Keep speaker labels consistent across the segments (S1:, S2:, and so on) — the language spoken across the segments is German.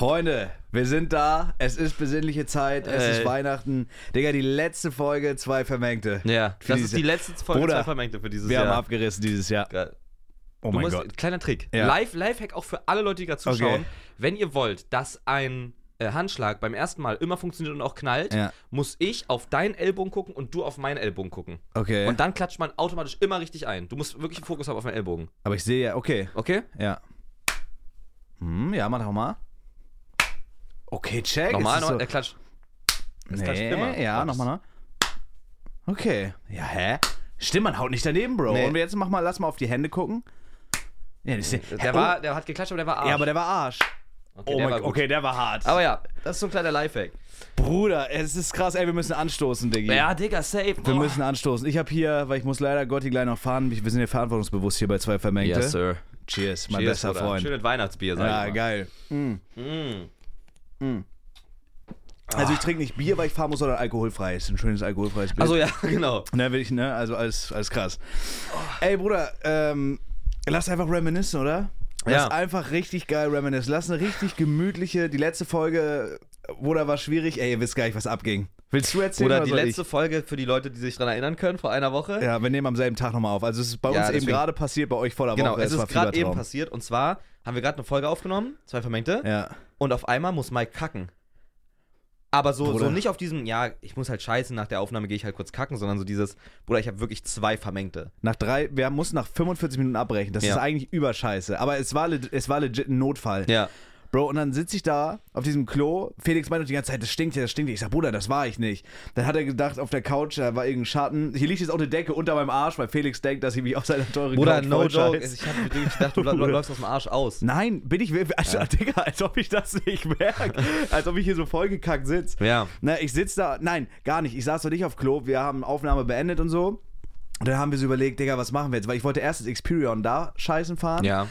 S1: Freunde, wir sind da. Es ist besinnliche Zeit. Es
S2: Ey.
S1: ist Weihnachten. Digga, die letzte Folge, zwei Vermengte.
S2: Ja,
S1: Für
S2: das
S1: dieses
S2: ist die
S1: Jahr.
S2: letzte Folge
S1: Bruder,
S2: zwei Vermengte für dieses
S1: Wir haben
S2: Jahr.
S1: abgerissen dieses Jahr.
S2: Geil.
S1: Oh
S2: Du
S1: mein
S2: musst,
S1: Gott.
S2: Kleiner Trick.
S1: Ja.
S2: Live, Lifehack auch für alle Leute, die gerade zuschauen.
S1: Okay.
S2: Wenn ihr wollt, dass ein äh, Handschlag beim ersten Mal immer funktioniert und auch knallt,
S1: Ja.
S2: muss ich auf deinen Ellbogen gucken und du auf meinen Ellbogen gucken.
S1: Okay.
S2: Und dann klatscht man automatisch immer richtig ein. Du musst wirklich Fokus haben auf meinen Ellbogen.
S1: Aber ich sehe ja, okay.
S2: Okay?
S1: Ja. Hm, ja, mach doch mal. Okay, check.
S2: Normal,
S1: Es ist
S2: noch, er klatscht.
S1: nee,
S2: klatscht immer.
S1: Ja,
S2: Klaps.
S1: nochmal, ne? Okay. Ja, hä? Stimmt, man haut nicht daneben, Bro.
S2: Nee.
S1: Und jetzt mach mal, lass mal auf die Hände gucken. Ja, das ist,
S2: Der, war, der hat geklatscht, aber der war arsch.
S1: Ja, aber der war Arsch. Oh
S2: okay, der war gut.
S1: der war hart.
S2: Aber ja, das ist so ein kleiner Lifehack.
S1: Bruder, es ist krass, ey, wir müssen anstoßen, Diggi.
S2: Ja, Digga, safe.
S1: Wir müssen anstoßen. Ich habe hier, weil ich muss leider Gotti gleich noch fahren, wir sind hier verantwortungsbewusst hier bei zwei Vermengte.
S2: Yes, sir.
S1: Cheers, mein
S2: Cheers, Hm.
S1: bester
S2: Bruder.
S1: Freund.
S2: Schönes Weihnachtsbier, sag
S1: ja,
S2: ich mal.
S1: geil. Mm. Mm. Also ich trinke nicht Bier, weil ich fahren muss, sondern alkoholfrei. Ist ein schönes alkoholfreies Bier.
S2: Also ja, genau.
S1: ne, will ich, ne? Also alles, alles krass. Ey, Bruder, ähm, lass einfach reminiszen, oder? Lass
S2: Ja.
S1: einfach richtig geil reminiszen. Lass eine richtig gemütliche, die letzte Folge, Bruder, war schwierig. Ey, ihr wisst gar nicht, was abging. Willst du erzählen?
S2: Oder
S1: oder
S2: die
S1: soll ich?
S2: letzte Folge für die Leute, die sich daran erinnern können, vor einer Woche.
S1: Ja, wir nehmen am selben Tag nochmal auf. Also es ist bei
S2: Ja,
S1: uns eben
S2: deswegen-
S1: gerade passiert, bei euch vor der
S2: genau,
S1: Woche.
S2: es
S1: war
S2: ist gerade eben
S1: Fiebertraum.
S2: passiert. Und zwar haben wir gerade eine Folge aufgenommen, zwei Vermengte.
S1: Ja.
S2: Und auf einmal muss Mike kacken. Aber so,
S1: Bruder.
S2: so nicht auf diesem, ja, ich muss halt scheißen, nach der Aufnahme gehe ich halt kurz kacken, sondern so dieses, Bruder, ich habe wirklich zwei Vermengte.
S1: Nach drei, wir mussten nach 45 Minuten abbrechen. Das
S2: Ja.
S1: ist eigentlich überscheiße. Aber es war, le- es war legit ein Notfall.
S2: Ja.
S1: Bro, und dann sitze ich da auf diesem Klo. Felix meinte die ganze Zeit, das stinkt hier, das stinkt hier. Ich sag, Bruder, das war ich nicht. Dann hat er gedacht, auf der Couch, da war irgendein Schatten. Hier liegt jetzt auch eine Decke unter meinem Arsch, weil Felix denkt, dass ich mich auf seiner teuren
S2: Bruder,
S1: Couch
S2: no joke.
S1: vollscheiß.
S2: Ich habe wirklich gedacht, du, du
S1: Bruder.
S2: läufst aus dem Arsch aus.
S1: Nein, bin ich, also, Digga, als ob ich das nicht merke. als ob ich hier so vollgekackt sitze.
S2: Ja.
S1: Na, ich sitze da, nein, gar nicht. Ich saß doch nicht auf Klo. Wir haben Aufnahme beendet und so. Und dann haben wir so überlegt, Digga, was machen wir jetzt? Weil ich wollte erst das Experion da scheißen fahren.
S2: Ja.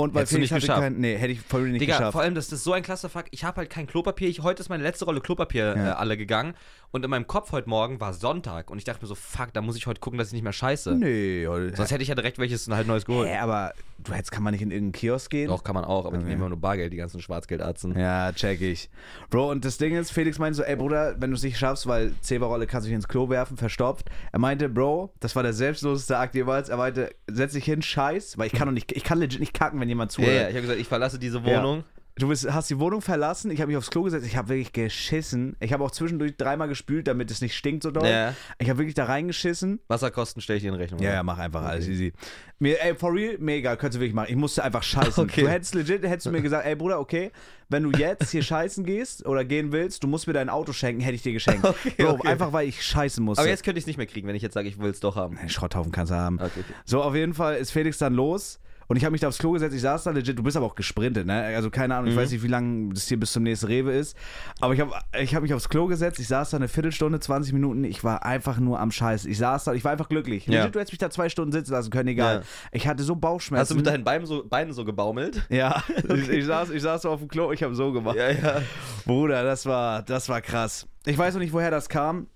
S1: Und weil
S2: Hättest du
S1: Felix
S2: nicht
S1: hatte
S2: geschafft.
S1: keinen. Nee, hätte ich voll nicht
S2: Digga,
S1: geschafft.
S2: vor allem, das ist so ein Clusterfuck. Ich habe halt kein Klopapier. Ich, heute ist meine letzte Rolle Klopapier äh, alle gegangen. Und in meinem Kopf heute Morgen war Sonntag. Und ich dachte mir so, fuck, da muss ich heute gucken, dass ich nicht mehr scheiße.
S1: nee, Alter.
S2: Sonst hätte ich ja direkt welches und halt neues geholt.
S1: Hä, aber du hättest, kann man nicht in irgendeinen Kiosk gehen?
S2: Doch, kann man auch, aber die nehmen immer nur Bargeld, die ganzen Schwarzgeldarzen.
S1: Ja, check ich. Bro, und das Ding ist, Felix meinte so, ey Bruder, wenn du es nicht schaffst, weil Zeberrolle kannst du dich ins Klo werfen, verstopft. Er meinte, Bro, das war der selbstloseste Akt jeweils. Er meinte, setz dich hin, scheiß, weil ich kann doch nicht, ich kann legit nicht kacken, wenn jemand
S2: Ja,
S1: zuhört.
S2: ja, ich habe gesagt, ich verlasse diese Wohnung.
S1: Ja. Du bist, hast die Wohnung verlassen, ich habe mich aufs Klo gesetzt, ich habe wirklich geschissen. Ich habe auch zwischendurch dreimal gespült, damit es nicht stinkt so doll.
S2: Ja.
S1: Ich habe wirklich da reingeschissen.
S2: Wasserkosten stelle ich dir in Rechnung.
S1: Ja, ja, mach einfach alles easy. Mir, ey, for real, mega, könntest du wirklich machen. Ich musste einfach scheißen.
S2: Okay.
S1: Du hättest legit, hättest du mir gesagt, ey Bruder, okay, wenn du jetzt hier scheißen gehst oder gehen willst, du musst mir dein Auto schenken, hätte ich dir geschenkt.
S2: Okay,
S1: Bro,
S2: okay.
S1: einfach weil ich scheißen musste.
S2: Aber jetzt könnte ich es nicht mehr kriegen, wenn ich jetzt sage, ich will es doch haben.
S1: Einen Schrotthaufen kannst du haben.
S2: Okay, okay.
S1: So, auf jeden Fall ist Felix dann los. Und ich habe mich da aufs Klo gesetzt, ich saß da legit, du bist aber auch gesprintet, ne? Also keine Ahnung, ich
S2: Mhm.
S1: weiß nicht, wie lange das hier bis zum nächsten Rewe ist. Aber ich habe ich hab mich aufs Klo gesetzt, ich saß da eine Viertelstunde, 20 Minuten, ich war einfach nur am Scheiß. Ich saß da, ich war einfach glücklich.
S2: Ja.
S1: Legit, du hättest mich da zwei Stunden sitzen lassen können, egal.
S2: Ja.
S1: Ich hatte so Bauchschmerzen.
S2: Hast du mit deinen Beinen so, Beinen so gebaumelt?
S1: Ja, ich, ich, saß, ich saß so auf dem Klo, ich habe so gemacht.
S2: ja.
S1: Bruder, das war, das war krass. Ich weiß noch nicht, woher das kam,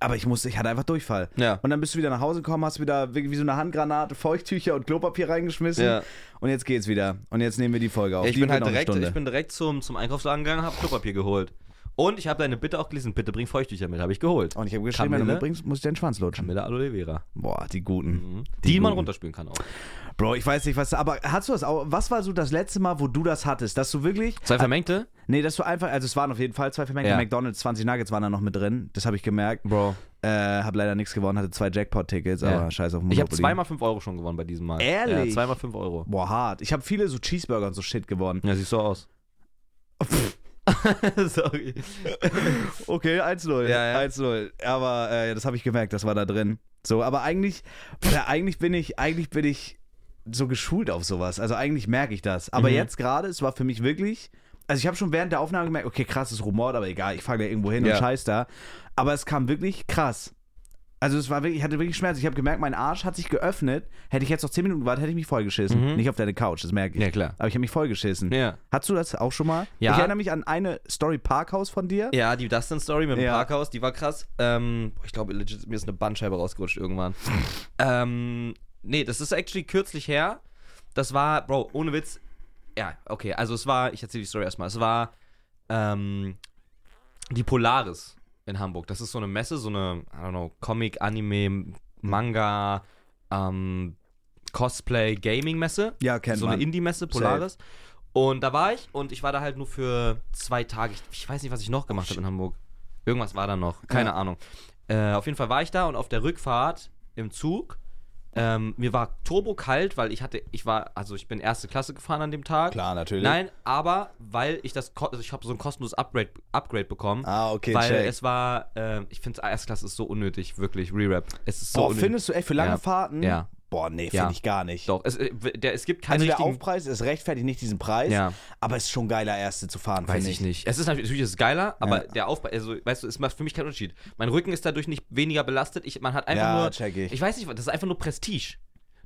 S1: aber ich musste, ich hatte einfach Durchfall.
S2: Ja.
S1: Und dann bist du wieder nach Hause gekommen, hast wieder wie, wie so eine Handgranate, Feuchttücher und Klopapier reingeschmissen.
S2: Ja.
S1: Und jetzt geht's wieder. Und jetzt nehmen wir die Folge auf.
S2: Ich
S1: die
S2: bin
S1: wird
S2: halt
S1: noch eine
S2: direkt,
S1: Stunde.
S2: ich bin direkt zum, zum Einkaufsladen gegangen, habe Klopapier geholt. Und ich habe deine Bitte auch gelesen, bitte bring Feuchttücher mit, habe ich geholt.
S1: und ich habe geschrieben, wenn du
S2: Kamille?
S1: mitbringst, muss ich deinen Schwanz lutschen.
S2: Miller Aloe Vera.
S1: Boah, die guten.
S2: Mhm. Die, man
S1: guten.
S2: runterspülen kann auch.
S1: Bro, ich weiß nicht, was. Aber hast du das auch? Was war so das letzte Mal, wo du das hattest? Dass du wirklich.
S2: Zwei vermengte?
S1: Nee, dass du einfach. Also, es waren auf jeden Fall zwei Vermengte.
S2: Ja.
S1: McDonalds, 20 Nuggets waren da noch mit drin. Das habe ich gemerkt.
S2: Bro.
S1: Äh, hab leider nichts gewonnen, hatte zwei Jackpot-Tickets, aber scheiß auf
S2: Ich
S1: Monopoly.
S2: habe zweimal 5 Euro schon gewonnen bei diesem Mal.
S1: Ehrlich?
S2: Ja, zweimal 5 Euro.
S1: Boah, hart. Ich habe viele so Cheeseburger und so Shit gewonnen.
S2: Ja, siehst so aus. Sorry.
S1: Okay, 1-0.
S2: Ja, ja.
S1: 1-0. Aber äh, das habe ich gemerkt, das war da drin. So, aber eigentlich, ja, eigentlich bin ich, eigentlich bin ich so geschult auf sowas. Also eigentlich merke ich das. Aber
S2: Mhm.
S1: jetzt gerade, es war für mich wirklich. Also ich habe schon während der Aufnahme gemerkt, okay, krass, ist Rumor, aber egal, ich fahre da irgendwo hin
S2: Ja.
S1: und scheiß da. Aber es kam wirklich krass. Also es war wirklich, ich hatte wirklich Schmerzen. Ich habe gemerkt, mein Arsch hat sich geöffnet. Hätte ich jetzt noch 10 Minuten gewartet, hätte ich mich vollgeschissen. Nicht auf deine Couch, das merke ich.
S2: Mhm. Ja, klar.
S1: Aber ich habe mich vollgeschissen.
S2: Ja.
S1: Hattest du das auch schon mal?
S2: Ja.
S1: Ich erinnere mich an eine Story Parkhaus von dir.
S2: Ja, die Dustin-Story mit dem
S1: Ja.
S2: Parkhaus, die war krass. Ähm, ich glaube, legit, mir ist eine Bandscheibe rausgerutscht irgendwann. ähm, nee, das ist actually kürzlich her. Das war, Bro, ohne Witz, ja, okay. Also es war, ich erzähle die Story erstmal. Es war ähm, die Polaris in Hamburg. Das ist so eine Messe, so eine, I don't know, Comic, Anime, Manga, ähm, Cosplay, Gaming-Messe.
S1: Ja, kennt
S2: so
S1: man.
S2: eine Indie-Messe, Polaris. Und da war ich und ich war da halt nur für zwei Tage. Ich, ich weiß nicht, was ich noch gemacht habe in Hamburg. Irgendwas war da noch, keine
S1: Ja.
S2: Ahnung. Äh, auf jeden Fall war ich da und auf der Rückfahrt im Zug. Ähm, mir war turbo kalt, weil ich hatte, ich war, also ich bin erste Klasse gefahren an dem Tag.
S1: Klar, natürlich.
S2: Nein, aber weil ich das, ko- also ich habe so ein kostenloses Upgrade, Upgrade bekommen.
S1: Ah, okay,
S2: Weil
S1: check.
S2: es war, ähm, ich finde erste Klasse ist so unnötig, wirklich, Rerap. Es ist so
S1: Boah,
S2: unnötig.
S1: findest du echt für lange
S2: Ja.
S1: Fahrten?
S2: Ja.
S1: Boah, nee, finde
S2: Ja.
S1: ich gar nicht.
S2: Doch, es, äh, der, es gibt keinen
S1: Also der
S2: richtigen...
S1: Aufpreis ist rechtfertigt nicht diesen Preis,
S2: Ja.
S1: aber es ist schon geiler, erste zu fahren,
S2: Weiß
S1: finde
S2: ich nicht. Es ist natürlich, natürlich ist es geiler, aber
S1: Ja.
S2: der Aufbau, also weißt du, es macht für mich keinen Unterschied. Mein Rücken ist dadurch nicht weniger belastet. Ich, man hat einfach
S1: Ja,
S2: nur,
S1: check ich.
S2: ich weiß nicht, das ist einfach nur Prestige.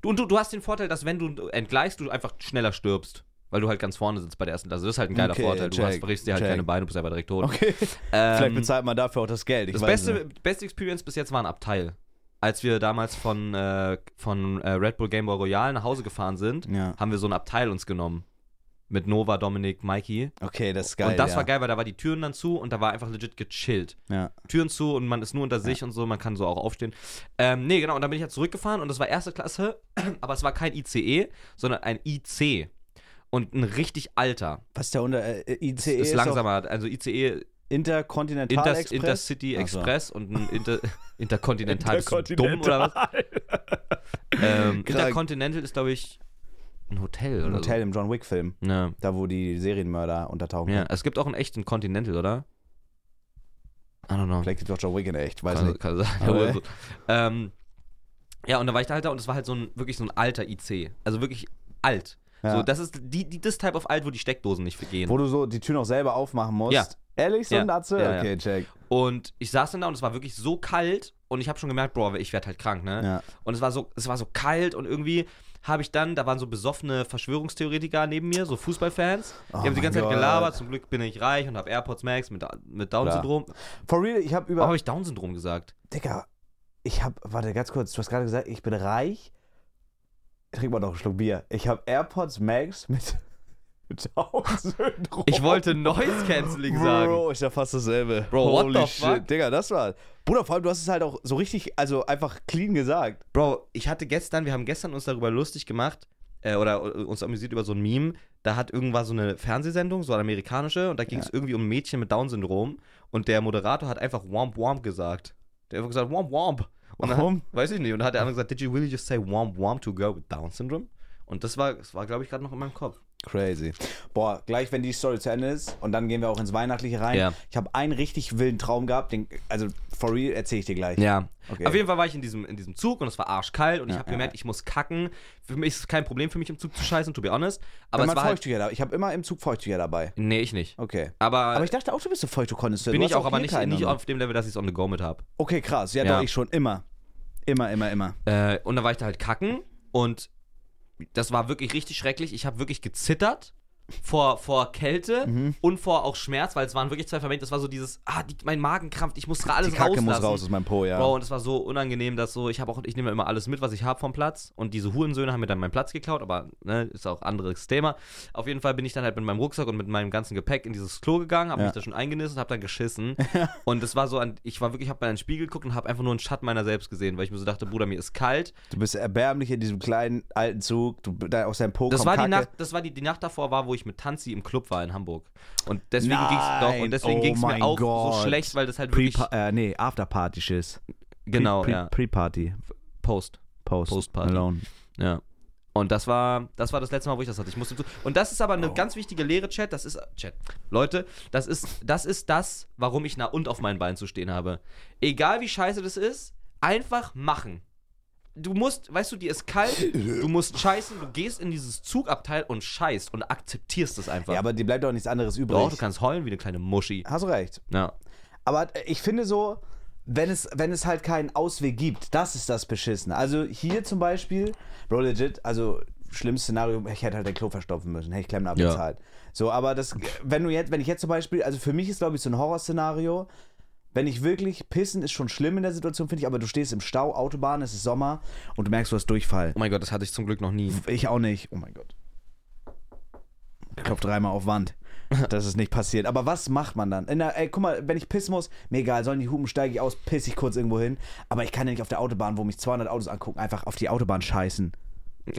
S2: Du, und du, du hast den Vorteil, dass wenn du entgleist, du einfach schneller stirbst, weil du halt ganz vorne sitzt bei der ersten Klasse. Das ist halt ein geiler
S1: Okay,
S2: Vorteil. Du
S1: check,
S2: hast, brichst dir halt
S1: check.
S2: keine Beine, du bist einfach direkt tot.
S1: Okay.
S2: Ähm,
S1: Vielleicht bezahlt man dafür auch das Geld. Ich
S2: das
S1: weiß
S2: beste,
S1: nicht.
S2: beste Experience bis jetzt war ein Abteil. Als wir damals von, äh, von äh, Red Bull Game Boy Royal nach Hause gefahren sind,
S1: Ja.
S2: haben wir so ein Abteil uns genommen. Mit Nova, Dominik, Mikey.
S1: Okay, das ist geil.
S2: und das
S1: ja.
S2: war geil, weil da war die Türen dann zu und da war einfach legit gechillt.
S1: Ja.
S2: Türen zu und man ist nur unter sich und so, man kann so auch aufstehen. Ähm, nee, genau, und dann bin ich halt zurückgefahren und das war erste Klasse, aber es war kein ICE, sondern ein IC. Und ein richtig alter.
S1: Was ist der unter äh, ICE
S2: ist
S1: ist
S2: langsamer. Also ICE
S1: doch Interkontinental
S2: Inter
S1: Express.
S2: Intercity
S1: Ach so.
S2: Express und ein Inter Intercontinental. Bist du dumm oder was? Ähm, Intercontinental ist, glaube ich, ein Hotel
S1: Ein
S2: oder
S1: Hotel im John Wick Film,
S2: so. Ja.
S1: da wo die Serienmörder untertauchen.
S2: ja. Es gibt auch einen echten Continental, oder? I don't know.
S1: Vielleicht gibt es auch John Wick in echt, weiß
S2: kann,
S1: nicht.
S2: Also Kann sein.
S1: Aber-
S2: Ja, wohl so. ähm, ja, und da war ich da halt da und es war halt so ein wirklich so ein alter IC. Also wirklich alt.
S1: Ja.
S2: So, das ist die, die, das Type of alt, wo die Steckdosen nicht vergehen.
S1: Wo du so die Tür noch selber aufmachen musst.
S2: Ja.
S1: Ehrlich, so
S2: Ja.
S1: ein Atze?
S2: Ja, ja.
S1: okay, check.
S2: Und ich saß dann da und es war wirklich so kalt und ich habe schon gemerkt, Bro, ich werde halt krank, ne?
S1: Ja.
S2: Und es war so, es war so kalt und irgendwie habe ich dann, da waren so besoffene Verschwörungstheoretiker neben mir, so Fußballfans. Die
S1: Oh
S2: haben die
S1: mein
S2: ganze Zeit
S1: Gott.
S2: gelabert. Zum Glück bin ich reich und habe AirPods Max mit, mit Down-Syndrom.
S1: For real, ich habe über.
S2: Warum habe ich Down-Syndrom gesagt?
S1: Digga, ich hab, warte ganz kurz, du hast gerade gesagt, ich bin reich. Trink mal noch einen Schluck Bier. Ich habe AirPods Max mit, mit Down-Syndrom.
S2: Ich wollte Noise-Canceling sagen.
S1: Bro, ist ja fast dasselbe.
S2: Bro, what the fuck?
S1: Digga, das war. Bruder, vor allem, du hast es halt auch so richtig, also einfach clean gesagt.
S2: Bro, ich hatte gestern, wir haben gestern uns darüber lustig gemacht äh, oder äh, uns amüsiert über so ein Meme. Da hat irgendwann so eine Fernsehsendung, so eine amerikanische, und da ging es irgendwie um ein Mädchen mit Down-Syndrom. Und der Moderator hat einfach Womp Womp gesagt. Der hat einfach gesagt Womp Womp. Und dann,
S1: Warum?
S2: Weiß ich nicht. Und dann hat der andere gesagt, Did you really just say Womp Womp to girl with Down-Syndrom? Und das war, das war glaube ich, gerade noch in meinem Kopf.
S1: Crazy. Boah, gleich wenn die Story zu Ende ist und dann gehen wir auch ins Weihnachtliche rein.
S2: Ja.
S1: Ich habe einen richtig wilden Traum gehabt, den, also for real erzähle ich dir gleich.
S2: Ja.
S1: Okay.
S2: Auf jeden Fall war ich in diesem, in diesem Zug und es war arschkalt und ich
S1: Ja,
S2: habe
S1: ja,
S2: gemerkt, ich muss kacken. Für mich ist es kein Problem für mich im Zug zu scheißen, to be honest. Aber
S1: Wenn
S2: es
S1: man
S2: war halt,
S1: Feuchttücher da, ich habe immer im Zug Feuchttücher dabei.
S2: Nee, ich nicht.
S1: Okay.
S2: Aber,
S1: Aber ich dachte auch, du bist ein Feuchttücher-Konnoisseur.
S2: Bin
S1: Du
S2: ich
S1: hast
S2: auch, aber
S1: hier
S2: nicht,
S1: keinen, ne?
S2: nicht
S1: oder?
S2: auf dem Level, dass ich es on the go mit habe.
S1: Okay, krass. Ja,
S2: Ja.
S1: doch, ich schon. Immer. Immer, immer, immer.
S2: Äh, und dann war ich da halt kacken und das war wirklich richtig schrecklich. Ich habe wirklich gezittert vor, vor Kälte
S1: Mhm.
S2: und vor auch Schmerz, weil es waren wirklich zwei Vermengen. Das war so dieses, ah, die, mein Magen krampft, ich muss gerade alles
S1: Die Kacke
S2: rauslassen.
S1: muss raus aus meinem Po, ja.
S2: Bro, und es war so unangenehm, dass so, ich habe auch, ich nehme immer alles mit, was ich habe vom Platz. Und diese Hurensöhne haben mir dann meinen Platz geklaut, aber ne, ist auch ein anderes Thema. Auf jeden Fall bin ich dann halt mit meinem Rucksack und mit meinem ganzen Gepäck in dieses Klo gegangen, habe
S1: Ja.
S2: mich da schon eingenistet und habe dann geschissen. und es war so, an, ich war wirklich, habe mal in den Spiegel geguckt und habe einfach nur einen Schatten meiner selbst gesehen, weil ich mir so dachte, Bruder, mir ist kalt.
S1: Du bist erbärmlich in diesem kleinen alten Zug. Du, da aus deinem Po
S2: Das
S1: kommt
S2: war,
S1: Kacke.
S2: die Nacht, das war die, die Nacht davor, war, wo ich mit Tanzi im Club war in Hamburg. Und deswegen
S1: Nein,
S2: ging es doch, und deswegen
S1: oh
S2: ging es
S1: mein
S2: mir auch
S1: Gott.
S2: so schlecht, weil das halt
S1: Pre
S2: wirklich,
S1: äh, nee, Afterparty-Schiss.
S2: genau,
S1: Pre
S2: ja,
S1: Pre-Party.
S2: Post.
S1: Post.
S2: Postparty.
S1: Alone.
S2: Ja. Und das war, das war das letzte Mal, wo ich das hatte. Ich musste zu- und das ist aber eine ganz wichtige Lehre, Chat. Das ist Chat. Leute, das ist, das ist das, warum ich nah und auf meinen Beinen zu stehen habe. Egal wie scheiße das ist, einfach machen. Du musst, weißt du, dir ist kalt, du musst scheißen, du gehst in dieses Zugabteil und scheißt und akzeptierst es einfach.
S1: Ja, aber dir bleibt doch nichts anderes übrig.
S2: Doch, du kannst heulen wie eine kleine Muschi.
S1: Hast du recht.
S2: Ja.
S1: Aber äh, ich finde so, wenn es, wenn es halt keinen Ausweg gibt, das ist das Beschissene. Also hier zum Beispiel, Bro, legit, also schlimmes Szenario, ich hätte halt den Klo verstopfen müssen, hätte ich Klemmen
S2: Ja.
S1: abbezahlt. So, aber das, wenn du jetzt, wenn ich jetzt zum Beispiel, also für mich ist glaube ich so ein Horrorszenario, wenn ich wirklich pissen ist schon schlimm in der Situation, finde ich, aber du stehst im Stau, Autobahn, es ist Sommer und du merkst, du hast Durchfall.
S2: Oh mein Gott, das hatte ich zum Glück noch nie.
S1: Ich auch nicht. Oh mein Gott. klopf dreimal auf Wand. Das ist nicht passiert. Aber was macht man dann? In der, ey, guck mal, wenn ich pissen muss, mir egal, sollen die Hupen, steige ich aus, pisse ich kurz irgendwo hin. Aber ich kann ja nicht auf der Autobahn, wo mich 200 Autos angucken, einfach auf die Autobahn scheißen.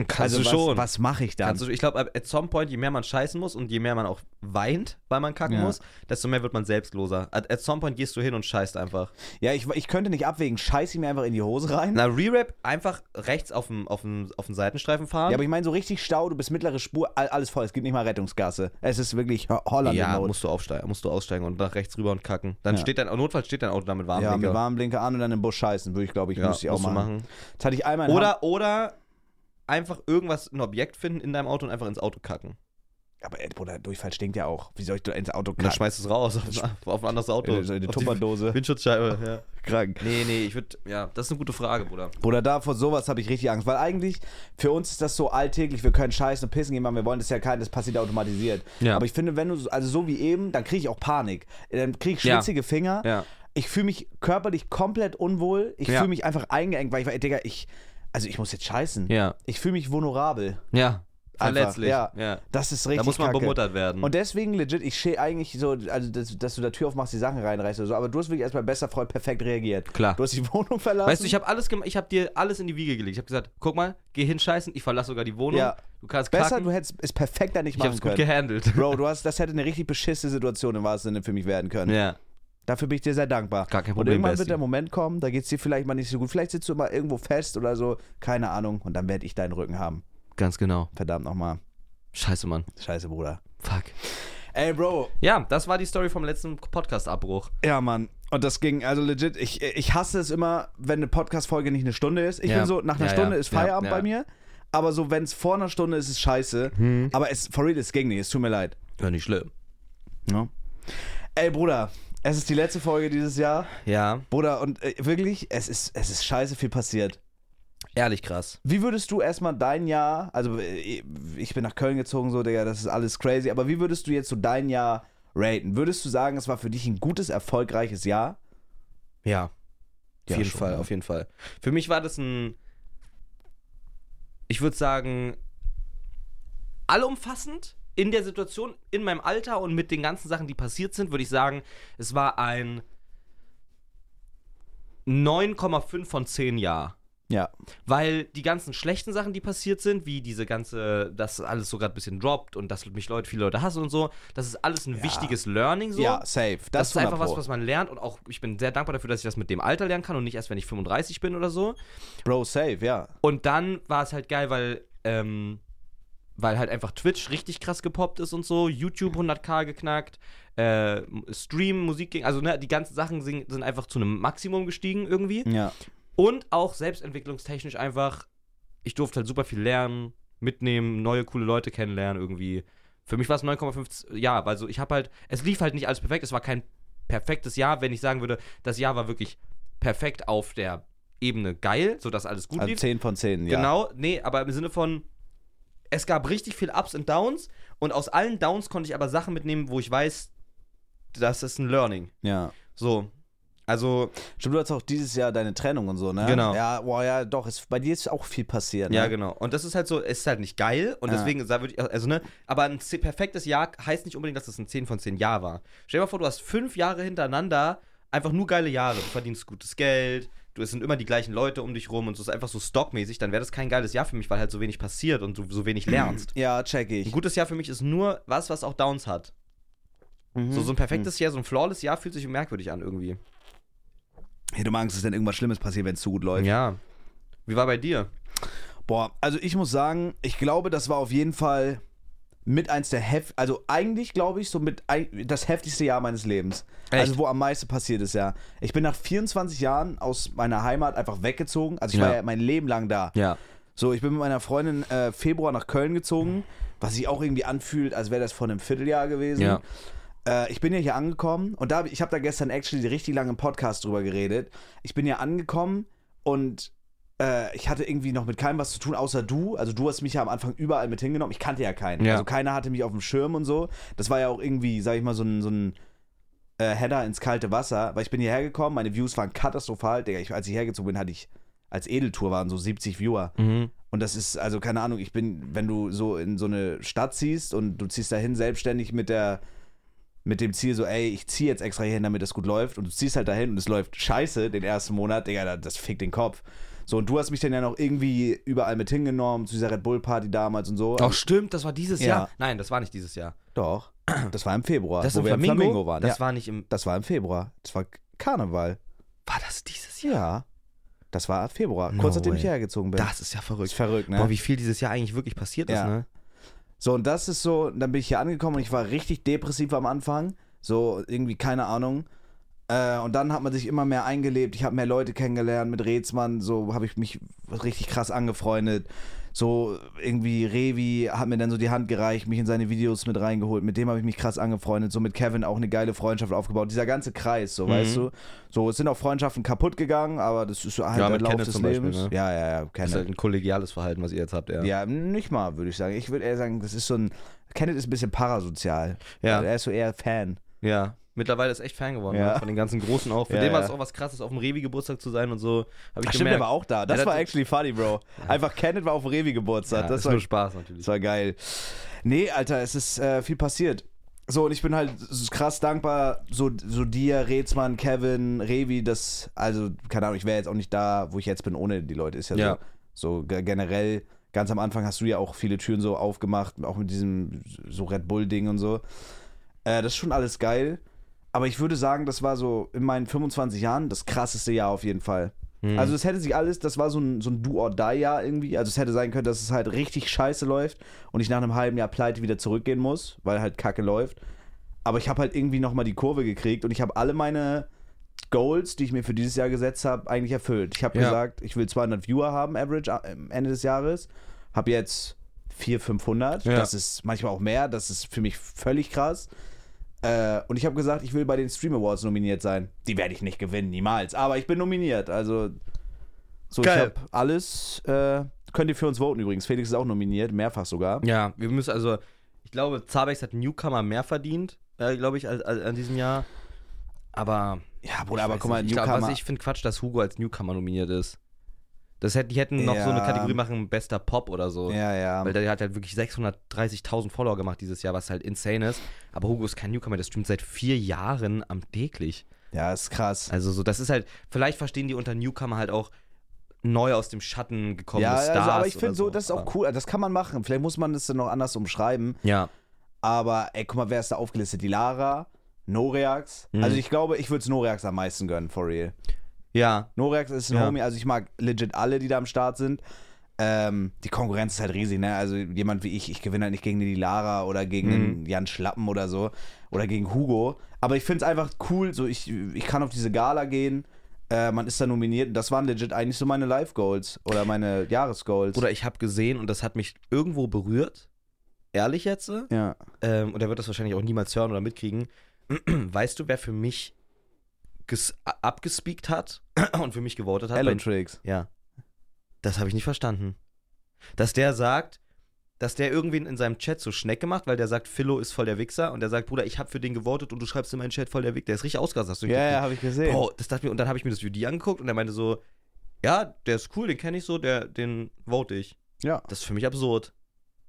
S2: Kannst
S1: also
S2: du
S1: was,
S2: schon.
S1: was mache ich dann?
S2: Kannst du, Also ich glaube, at some point, je mehr man scheißen muss und je mehr man auch weint, weil man kacken
S1: Ja.
S2: muss, desto mehr wird man selbstloser. At, at some point gehst du hin und scheißt einfach.
S1: ja, ich, ich könnte nicht abwägen, scheiße ich mir einfach in die Hose rein.
S2: Na, Re-Rap einfach rechts auf dem, auf dem, auf dem Seitenstreifen fahren.
S1: Ja, aber ich meine so richtig Stau, du bist mittlere Spur, all- alles voll, es gibt nicht mal Rettungsgasse. Es ist wirklich Ho- Holland
S2: Ja,
S1: in Not.
S2: musst du aufsteigen, musst du aussteigen und nach rechts rüber und kacken. Dann
S1: Ja.
S2: steht dein, notfalls steht dein Auto damit warm.
S1: Ja, mit
S2: Digga.
S1: Warnblinker an und dann im Bus scheißen, würde ich glaube ich,
S2: Ja,
S1: müsste ich auch
S2: musst du
S1: machen.
S2: machen.
S1: Das hatte ich einmal in Hamburg-
S2: Oder, oder einfach irgendwas, ein Objekt finden in deinem Auto und einfach ins Auto kacken.
S1: Aber ey, Bruder, Durchfall stinkt ja auch. Wie soll ich da ins Auto
S2: Und dann
S1: kacken?
S2: schmeißt du es raus auf, ein- auf ein anderes Auto.
S1: In so eine
S2: Auf
S1: Tupperdose.
S2: Windschutzscheibe, ja.
S1: Krank.
S2: Nee, nee, ich würde, ja, das ist eine gute Frage, Bruder.
S1: Bruder, da vor sowas habe ich richtig Angst, weil eigentlich für uns ist das so alltäglich, wir können scheißen und pissen gehen, wann wir wollen, das ist ja kein, das passiert automatisiert.
S2: Ja.
S1: Aber ich finde, wenn du, so- also so wie eben, dann kriege ich auch Panik. Äh, Dann kriege ich
S2: Ja.
S1: schwitzige Finger.
S2: Ja.
S1: Ich fühle mich körperlich komplett unwohl. Ich
S2: Ja.
S1: fühle mich einfach eingeengt, weil ich, Digga, ich, also ich muss jetzt scheißen.
S2: Ja.
S1: Ich fühle mich vulnerabel.
S2: Ja.
S1: Einfach,
S2: Verletzlich.
S1: ja.
S2: ja.
S1: Das ist richtig
S2: Da muss man
S1: kacke.
S2: bemuttert werden.
S1: Und deswegen legit, ich stehe eigentlich so, also dass, dass du da Tür aufmachst, die Sachen reinreißt oder so, aber du hast wirklich erstmal bester Freund perfekt reagiert.
S2: Klar.
S1: Du hast die Wohnung verlassen.
S2: Weißt du, ich habe alles gemacht, ich habe dir alles in die Wiege gelegt. Ich habe gesagt, guck mal, geh hinscheißen, ich verlasse sogar die Wohnung.
S1: Ja.
S2: Du kannst
S1: Besser,
S2: kacken.
S1: du hättest es perfekter nicht
S2: ich habe
S1: machen
S2: es gut
S1: können.
S2: gehandelt.
S1: Bro, du hast, das hätte eine richtig beschissene Situation im wahrsten Sinne für mich werden können.
S2: ja.
S1: Dafür bin ich dir sehr dankbar.
S2: Gar kein
S1: und
S2: Problem,
S1: irgendwann
S2: Basti.
S1: wird der Moment kommen, da geht's dir vielleicht mal nicht so gut. Vielleicht sitzt du mal irgendwo fest oder so, keine Ahnung. Und dann werde ich deinen Rücken haben.
S2: Ganz genau.
S1: Verdammt nochmal.
S2: Scheiße, Mann.
S1: Scheiße, Bruder.
S2: Fuck.
S1: Ey, Bro,
S2: Ja, das war die Story vom letzten Podcast-Abbruch.
S1: Ja, Mann. Und das ging, also legit, ich, ich hasse es immer, wenn eine Podcast-Folge nicht eine Stunde ist. Ich
S2: Ja.
S1: bin so, nach einer
S2: Ja,
S1: Stunde
S2: ja.
S1: ist Feierabend
S2: Ja, ja.
S1: bei mir. Aber so, wenn es vor einer Stunde ist, ist scheiße.
S2: Hm.
S1: Aber es, for real, es ging nicht. Es tut mir leid.
S2: Ja, nicht schlimm.
S1: Ja. Ey, Bruder, es ist die letzte Folge dieses Jahr.
S2: Ja,
S1: Bruder, und äh, wirklich, es ist, es ist scheiße viel passiert.
S2: ehrlich krass.
S1: Wie würdest du erstmal dein Jahr, also äh, ich bin nach Köln gezogen, so, Digga, das ist alles crazy, aber wie würdest du jetzt so dein Jahr raten? Würdest du sagen, es war für dich ein gutes, erfolgreiches Jahr?
S2: Ja. Auf
S1: Ja,
S2: jeden
S1: schon,
S2: Fall,
S1: ja.
S2: auf jeden Fall. Für mich war das ein. Ich würde sagen, allumfassend in der Situation, in meinem Alter und mit den ganzen Sachen, die passiert sind, würde ich sagen, es war ein 9,5 von 10 Jahr.
S1: Ja.
S2: Weil die ganzen schlechten Sachen, die passiert sind, wie diese ganze, dass alles so gerade ein bisschen droppt und dass mich Leute, viele Leute hassen und so, das ist alles ein wichtiges Learning so.
S1: Ja, safe.
S2: Das,
S1: Das,
S2: ist einfach was,
S1: was.
S2: was man lernt und auch ich bin sehr dankbar dafür, dass ich das mit dem Alter lernen kann und nicht erst, wenn ich 35 bin oder so.
S1: Bro, safe, ja.
S2: Und dann war es halt geil, weil, ähm, weil halt einfach Twitch richtig krass gepoppt ist und so, YouTube 100k geknackt, äh, Stream, Musik ging, also ne, die ganzen Sachen sind, sind einfach zu einem Maximum gestiegen irgendwie.
S1: Ja.
S2: Und auch selbstentwicklungstechnisch einfach, ich durfte halt super viel lernen, mitnehmen, neue coole Leute kennenlernen irgendwie. Für mich war es 9,5 Jahre, weil so ich habe halt, es lief halt nicht alles perfekt, es war kein perfektes Jahr, wenn ich sagen würde, das Jahr war wirklich perfekt auf der Ebene geil, sodass alles gut
S1: Also
S2: lief.
S1: 10 von 10, ja.
S2: Genau, nee, aber im Sinne von, es gab richtig viel Ups und Downs und aus allen Downs konnte ich aber Sachen mitnehmen, wo ich weiß, das ist ein Learning.
S1: Ja.
S2: So. Also,
S1: Stimmt, du hattest auch dieses Jahr deine Trennung und so, ne?
S2: Genau.
S1: Ja, boah, ja, doch. Ist, bei dir ist auch viel passiert, ne?
S2: Ja, genau. Und das ist halt so, es ist halt nicht geil und
S1: Ja.
S2: deswegen da würde ich, also ne, aber ein ze- perfektes Jahr heißt nicht unbedingt, dass es ein 10 von 10 Jahr war. Stell dir mal vor, du hast fünf Jahre hintereinander einfach nur geile Jahre. Du verdienst gutes Geld, du, es sind immer die gleichen Leute um dich rum und so ist einfach so stockmäßig, dann wäre das kein geiles Jahr für mich, weil halt so wenig passiert und du so wenig lernst.
S1: Ja, check
S2: Ein
S1: ich.
S2: gutes Jahr für mich ist nur was, was auch Downs hat. So, so ein perfektes Jahr, so ein flawless Jahr fühlt sich merkwürdig an irgendwie.
S1: Hey, du magst es denn irgendwas Schlimmes passiert, wenn es zu gut läuft?
S2: Ja. Wie war bei dir?
S1: Boah, also ich muss sagen, ich glaube, das war auf jeden Fall mit eins der heft, also eigentlich glaube ich so mit ein, das heftigste Jahr meines Lebens.
S2: Echt?
S1: Also wo am meisten passiert ist, ja. Ich bin nach 24 Jahren aus meiner Heimat einfach weggezogen. Also ich
S2: Ja.
S1: war ja mein Leben lang da.
S2: Ja.
S1: So, ich bin mit meiner Freundin äh, Februar nach Köln gezogen, was sich auch irgendwie anfühlt, als wäre das vor einem Vierteljahr gewesen.
S2: Ja.
S1: Äh, ich bin ja hier angekommen und da, hab- ich habe da gestern actually richtig lange im Podcast drüber geredet. Ich bin ja angekommen und äh, ich hatte irgendwie noch mit keinem was zu tun, außer du. Also du hast mich ja am Anfang überall mit hingenommen. Ich kannte ja keinen.
S2: Ja.
S1: Also keiner hatte mich auf dem Schirm und so. Das war ja auch irgendwie, sag ich mal, so ein, so ein äh, Header ins kalte Wasser. Weil ich bin hierher gekommen,
S2: Mhm.
S1: meine Views waren katastrophal. Digga, ich, als ich hergezogen bin, hatte ich, als Edeltour waren so 70 Viewer. Und das ist, also keine Ahnung, ich bin, wenn du so in so eine Stadt ziehst und du ziehst dahin selbstständig mit der, mit dem Ziel so, ey, ich ziehe jetzt extra hierhin, damit das gut läuft und du ziehst halt dahin und es läuft scheiße den ersten Monat, Digga, da- das fickt den Kopf. So, und du hast mich dann ja noch irgendwie überall mit hingenommen, zu dieser Red Bull Party damals und so.
S2: Doch, stimmt, das war dieses
S1: Ja.
S2: Jahr. Nein, das war nicht dieses Jahr.
S1: Doch, das war im Februar,
S2: Das
S1: wo
S2: im
S1: wir im
S2: Flamingo,
S1: Flamingo waren.
S2: Das
S1: ja.
S2: war nicht im.
S1: das war im Februar, das war Karneval.
S2: War das dieses Jahr?
S1: Ja, das war Februar,
S2: No
S1: kurz nachdem ich
S2: way.
S1: hergezogen bin.
S2: Das ist ja verrückt.
S1: ist verrückt, ne?
S2: Boah, wie viel dieses Jahr eigentlich wirklich passiert ist,
S1: Ja.
S2: ne?
S1: So, und das ist so, dann bin ich hier angekommen und ich war richtig depressiv am Anfang. So, irgendwie, keine Ahnung. Äh, und dann hat man sich immer mehr eingelebt. Ich habe mehr Leute kennengelernt mit Rätsmann. So habe ich mich richtig krass angefreundet. So irgendwie Revi hat mir dann so die Hand gereicht, mich in seine Videos mit reingeholt. Mit dem habe ich mich krass angefreundet. So mit Kevin auch eine geile Freundschaft aufgebaut. Dieser ganze Kreis,
S2: Mhm.
S1: so weißt du. So, es sind auch Freundschaften kaputt gegangen, aber das ist so halt
S2: Ja,
S1: der
S2: mit
S1: Lauf
S2: Kenneth
S1: des
S2: zum Beispiel,
S1: Lebens.
S2: ne?
S1: Ja, ja, ja, Kenneth.
S2: Das ist halt ein kollegiales Verhalten, was ihr jetzt habt, ja.
S1: Ja, nicht mal, würde ich sagen. Ich würde eher sagen, das ist so ein. Kenneth ist ein bisschen parasozial.
S2: Ja.
S1: Also er ist so eher Fan.
S2: Ja. Mittlerweile ist echt Fan geworden
S1: Ja.
S2: ne? von den ganzen Großen auch. Für
S1: Ja,
S2: den war
S1: ja.
S2: es auch was krasses, auf dem Revi-Geburtstag zu sein und so. Hab ich
S1: Ach, stimmt,
S2: gemerkt.
S1: der war auch da. Das
S2: Ja,
S1: war
S2: das-
S1: actually funny, Bro. Einfach Kenneth war auf Revi Geburtstag.
S2: ja,
S1: das,
S2: ist
S1: war,
S2: nur Spaß natürlich.
S1: das war geil. Nee, Alter, es ist äh, viel passiert. So, und ich bin halt s- krass dankbar, so, so dir, Rätsmann, Kevin, Revi, das, also, keine Ahnung, ich wäre jetzt auch nicht da, wo ich jetzt bin, ohne die Leute. Ist ja,
S2: Ja.
S1: so. So ge- generell, ganz am Anfang hast du ja auch viele Türen so aufgemacht, auch mit diesem so Red Bull-Ding und so. Äh, das ist schon alles geil. Aber ich würde sagen, das war so in meinen 25 Jahren das krasseste Jahr auf jeden Fall.
S2: Hm.
S1: Also es hätte sich alles, das war so ein, so ein Do-or-Die-Jahr irgendwie. Also es hätte sein können, dass es halt richtig scheiße läuft und ich nach einem halben Jahr pleite wieder zurückgehen muss, weil halt Kacke läuft. Aber ich habe halt irgendwie nochmal die Kurve gekriegt und ich habe alle meine Goals, die ich mir für dieses Jahr gesetzt habe, eigentlich erfüllt. Ich habe
S2: Ja.
S1: gesagt, ich will 200 Viewer haben, average, äh, am Ende des Jahres. Habe jetzt 400, 500.
S2: Ja.
S1: Das ist manchmal auch mehr. Das ist für mich völlig krass. Äh, und ich habe gesagt, ich will bei den Stream Awards nominiert sein. Die werde ich nicht gewinnen, niemals. Aber ich bin nominiert. Also, so,
S2: Geil.
S1: ich habe alles. Äh, könnt ihr für uns voten übrigens. Felix ist auch nominiert, mehrfach sogar.
S2: Ja, wir müssen also, ich glaube, Zabex hat Newcomer mehr verdient, äh, glaube ich, als, als, an diesem Jahr. Aber.
S1: Ja,
S2: ich
S1: Bruder, aber
S2: weiß
S1: guck mal,
S2: nicht. ich
S1: Newcomer.
S2: glaub, was ich finde Quatsch, dass Hugo als Newcomer nominiert ist. Das hätte, die hätten noch so eine
S1: Ja.
S2: Kategorie machen, bester Pop oder so.
S1: ja, ja.
S2: Weil der hat halt wirklich 630.000 Follower gemacht dieses Jahr, was halt insane ist. Aber Hugo ist kein Newcomer, der streamt seit vier Jahren am täglich.
S1: Ja, ist krass.
S2: Also so, das ist halt, vielleicht verstehen die unter Newcomer halt auch neu aus dem Schatten gekommene
S1: ja,
S2: Stars.
S1: also, aber ich
S2: oder
S1: finde so, das ist
S2: Aber-
S1: auch cool. Das kann man machen. Vielleicht muss man das dann noch anders umschreiben.
S2: Ja,
S1: Aber, ey, guck mal, wer ist da aufgelistet? Die Lara, Noreax.
S2: Mhm.
S1: Also, ich glaube, ich würde es Noreax am meisten gönnen, for real.
S2: ja,
S1: Norex ist ein
S2: Ja.
S1: Homie, also ich mag legit alle, die da am Start sind. Ähm, die Konkurrenz ist halt riesig, ne? Also jemand wie ich, ich gewinne halt nicht gegen die Lara oder gegen
S2: Mhm.
S1: den Jan Schlappen oder so oder gegen Hugo. Aber ich finde es einfach cool, so ich, ich kann auf diese Gala gehen, äh, man ist da nominiert. Und Das waren legit eigentlich so meine Life-Goals oder meine Jahresgoals.
S2: Bruder, ich habe gesehen und das hat mich irgendwo berührt. Ehrlich jetzt?
S1: ja.
S2: Ähm, und er wird das wahrscheinlich auch niemals hören oder mitkriegen. weißt du, wer für mich ges- a- abgespeakt hat und für mich gewotet hat? bei-
S1: Elotrix.
S2: ja. Das habe ich nicht verstanden. Dass der sagt, dass der irgendwen in seinem Chat so Schnecke macht, weil der sagt, Philo ist voll der Wichser und der sagt, Bruder, ich habe für den gewotet und du schreibst in meinen Chat voll der Wichser. Der ist richtig ausgerastet.
S1: Ja, ja, habe ich gesehen.
S2: Bro, das dachte ich mir, und dann habe ich mir das Video angeguckt und er meinte so, ja, der ist cool, den kenne ich so, der, den vote ich.
S1: Ja.
S2: Das ist für mich absurd.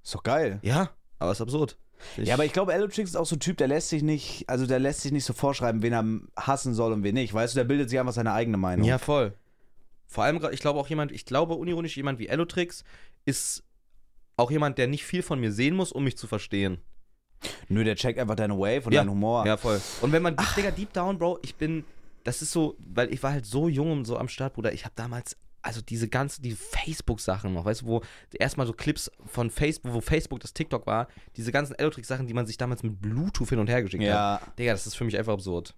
S1: Ist doch geil.
S2: Ja, aber ist absurd.
S1: Ja, aber ich glaube, Elotrix ist auch so ein Typ, der lässt sich nicht, also der lässt sich nicht so vorschreiben, wen er hassen soll und wen nicht. Weißt du, der bildet sich einfach seine eigene Meinung.
S2: Ja, voll. Vor allem, grad- ich glaube auch jemand, ich glaube unironisch, jemand wie Elotrix ist auch jemand, der nicht viel von mir sehen muss, um mich zu verstehen.
S1: Nö, der checkt einfach deine Wave und
S2: Ja.
S1: deinen Humor.
S2: Ja, voll. Und wenn man, Digga, deep down, Bro, ich bin, das ist so, weil ich war halt so jung und so am Start, Bruder, ich habe damals, also diese ganze, die Facebook-Sachen noch, weißt du, wo erstmal so Clips von Facebook, wo Facebook das TikTok war, diese ganzen Elotrix-Sachen, die man sich damals mit Bluetooth hin und her geschickt hat.
S1: Ja,
S2: Digga, das ist für mich einfach absurd.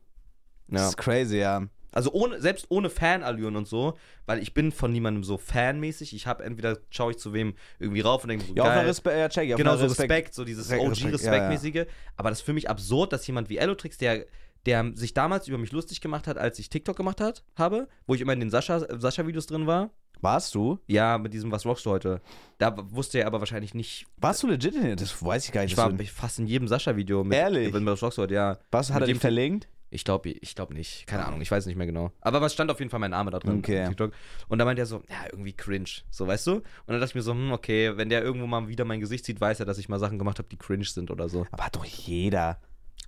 S1: das ist crazy, ja.
S2: Also ohne, selbst ohne Fanallüren und so, weil ich bin von niemandem so fanmäßig. Ich habe entweder schaue ich zu wem irgendwie rauf und denke so,
S1: Ja, auf einer
S2: geil.
S1: Respekt, ja, check, auf
S2: genau,
S1: einer
S2: so Respekt, so dieses
S1: Respekt, Respekt, ja, ja.
S2: OG-Respektmäßige. Aber das ist für mich absurd, dass jemand wie Elotrix, der, der sich damals über mich lustig gemacht hat, als ich TikTok gemacht hat, habe, wo ich immer in den Sascha-Videos drin war.
S1: Warst du?
S2: Ja, mit diesem Was rockst du heute? Da w- wusste er aber wahrscheinlich nicht.
S1: Warst du legit in Das weiß ich gar nicht.
S2: Ich
S1: dass
S2: war
S1: du,
S2: fast in jedem Sascha-Video mit
S1: Ehrlich?
S2: mit Was rockst du heute, ja.
S1: was, hat
S2: mit
S1: er
S2: dem
S1: dich verlinkt?
S2: Ich glaube ich glaub nicht. Keine Ahnung, ich weiß nicht mehr genau. Aber was stand auf jeden Fall mein Name da drin
S1: Okay.
S2: auf TikTok. Und da meinte er so, ja, irgendwie cringe. So, weißt du? Und dann dachte ich mir so, hm, okay, wenn der irgendwo mal wieder mein Gesicht sieht, weiß er, dass ich mal Sachen gemacht habe, die cringe sind oder so.
S1: Aber hat doch jeder.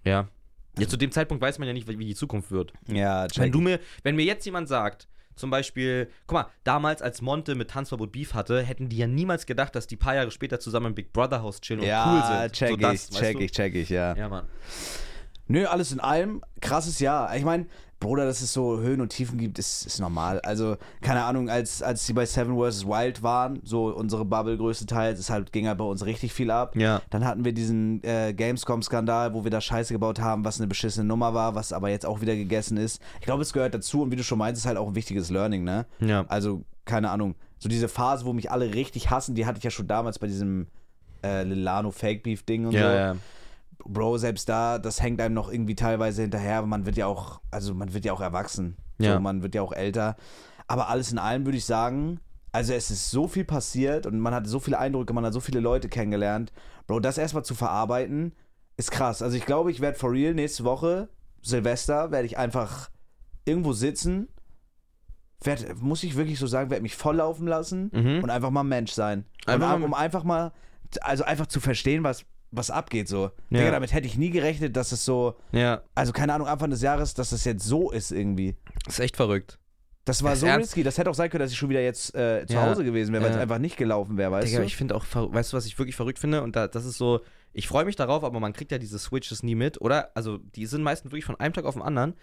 S2: Ja. Jetzt zu dem Zeitpunkt weiß man ja nicht, wie wie die Zukunft wird.
S1: Ja,
S2: Wenn du mir, wenn mir jetzt jemand sagt, zum Beispiel, guck mal, damals als Monte mit Tanzverbot Beef hatte, hätten die ja niemals gedacht, dass die paar Jahre später zusammen im Big Brother Haus chillen und
S1: ja,
S2: cool sind.
S1: check
S2: so
S1: ich,
S2: das, weißt
S1: check
S2: du?
S1: ich, check ich, ja.
S2: Ja, Mann.
S1: Nö, alles in allem, krasses Jahr. Ich meine, Bruder, dass es so Höhen und Tiefen gibt, ist, ist normal. Also, keine Ahnung, als, als die bei Seven vs. Wild waren, so unsere Bubble größtenteils, es halt, ging halt bei uns richtig viel ab.
S2: Ja.
S1: Dann hatten wir diesen äh, Gamescom-Skandal, wo wir da Scheiße gebaut haben, was eine beschissene Nummer war, was aber jetzt auch wieder gegessen ist. Ich glaube, es gehört dazu und wie du schon meinst, ist halt auch ein wichtiges Learning, ne?
S2: Ja.
S1: Also, keine Ahnung. So diese Phase, wo mich alle richtig hassen, die hatte ich ja schon damals bei diesem äh, Lilano Fake Beef Ding und so.
S2: Ja, ja.
S1: Bro, selbst da, das hängt einem noch irgendwie teilweise hinterher, aber man wird ja auch, also man wird ja auch erwachsen.
S2: Ja.
S1: So, man wird ja auch älter. Aber alles in allem würde ich sagen, also es ist so viel passiert und man hat so viele Eindrücke, man hat so viele Leute kennengelernt. Bro, das erstmal zu verarbeiten, ist krass. Also ich glaube, ich werde for real nächste Woche, Silvester, werde ich einfach irgendwo sitzen. Werd, muss ich wirklich so sagen, werde mich volllaufen lassen
S2: Mhm.
S1: und einfach mal Mensch sein.
S2: Einfach
S1: und,
S2: mal-
S1: um einfach mal, also einfach zu verstehen, was, was abgeht so.
S2: Ja.
S1: Digga, damit hätte ich nie gerechnet, dass es so,
S2: Ja,
S1: also keine Ahnung, Anfang des Jahres, dass es jetzt so ist irgendwie.
S2: ist echt verrückt.
S1: Das war
S2: Ist
S1: so
S2: Äh, ernst?
S1: risky. Das hätte auch sein können, dass ich schon wieder jetzt äh, zu
S2: Ja.
S1: Hause gewesen wäre, weil es
S2: Ja.
S1: einfach nicht gelaufen wäre, weißt
S2: Digga,
S1: du?
S2: ich finde auch, ver- weißt du, was ich wirklich verrückt finde? Und da, das ist so, ich freue mich darauf, aber man kriegt ja diese Switches nie mit, oder? Also, die sind meistens wirklich von einem Tag auf den anderen.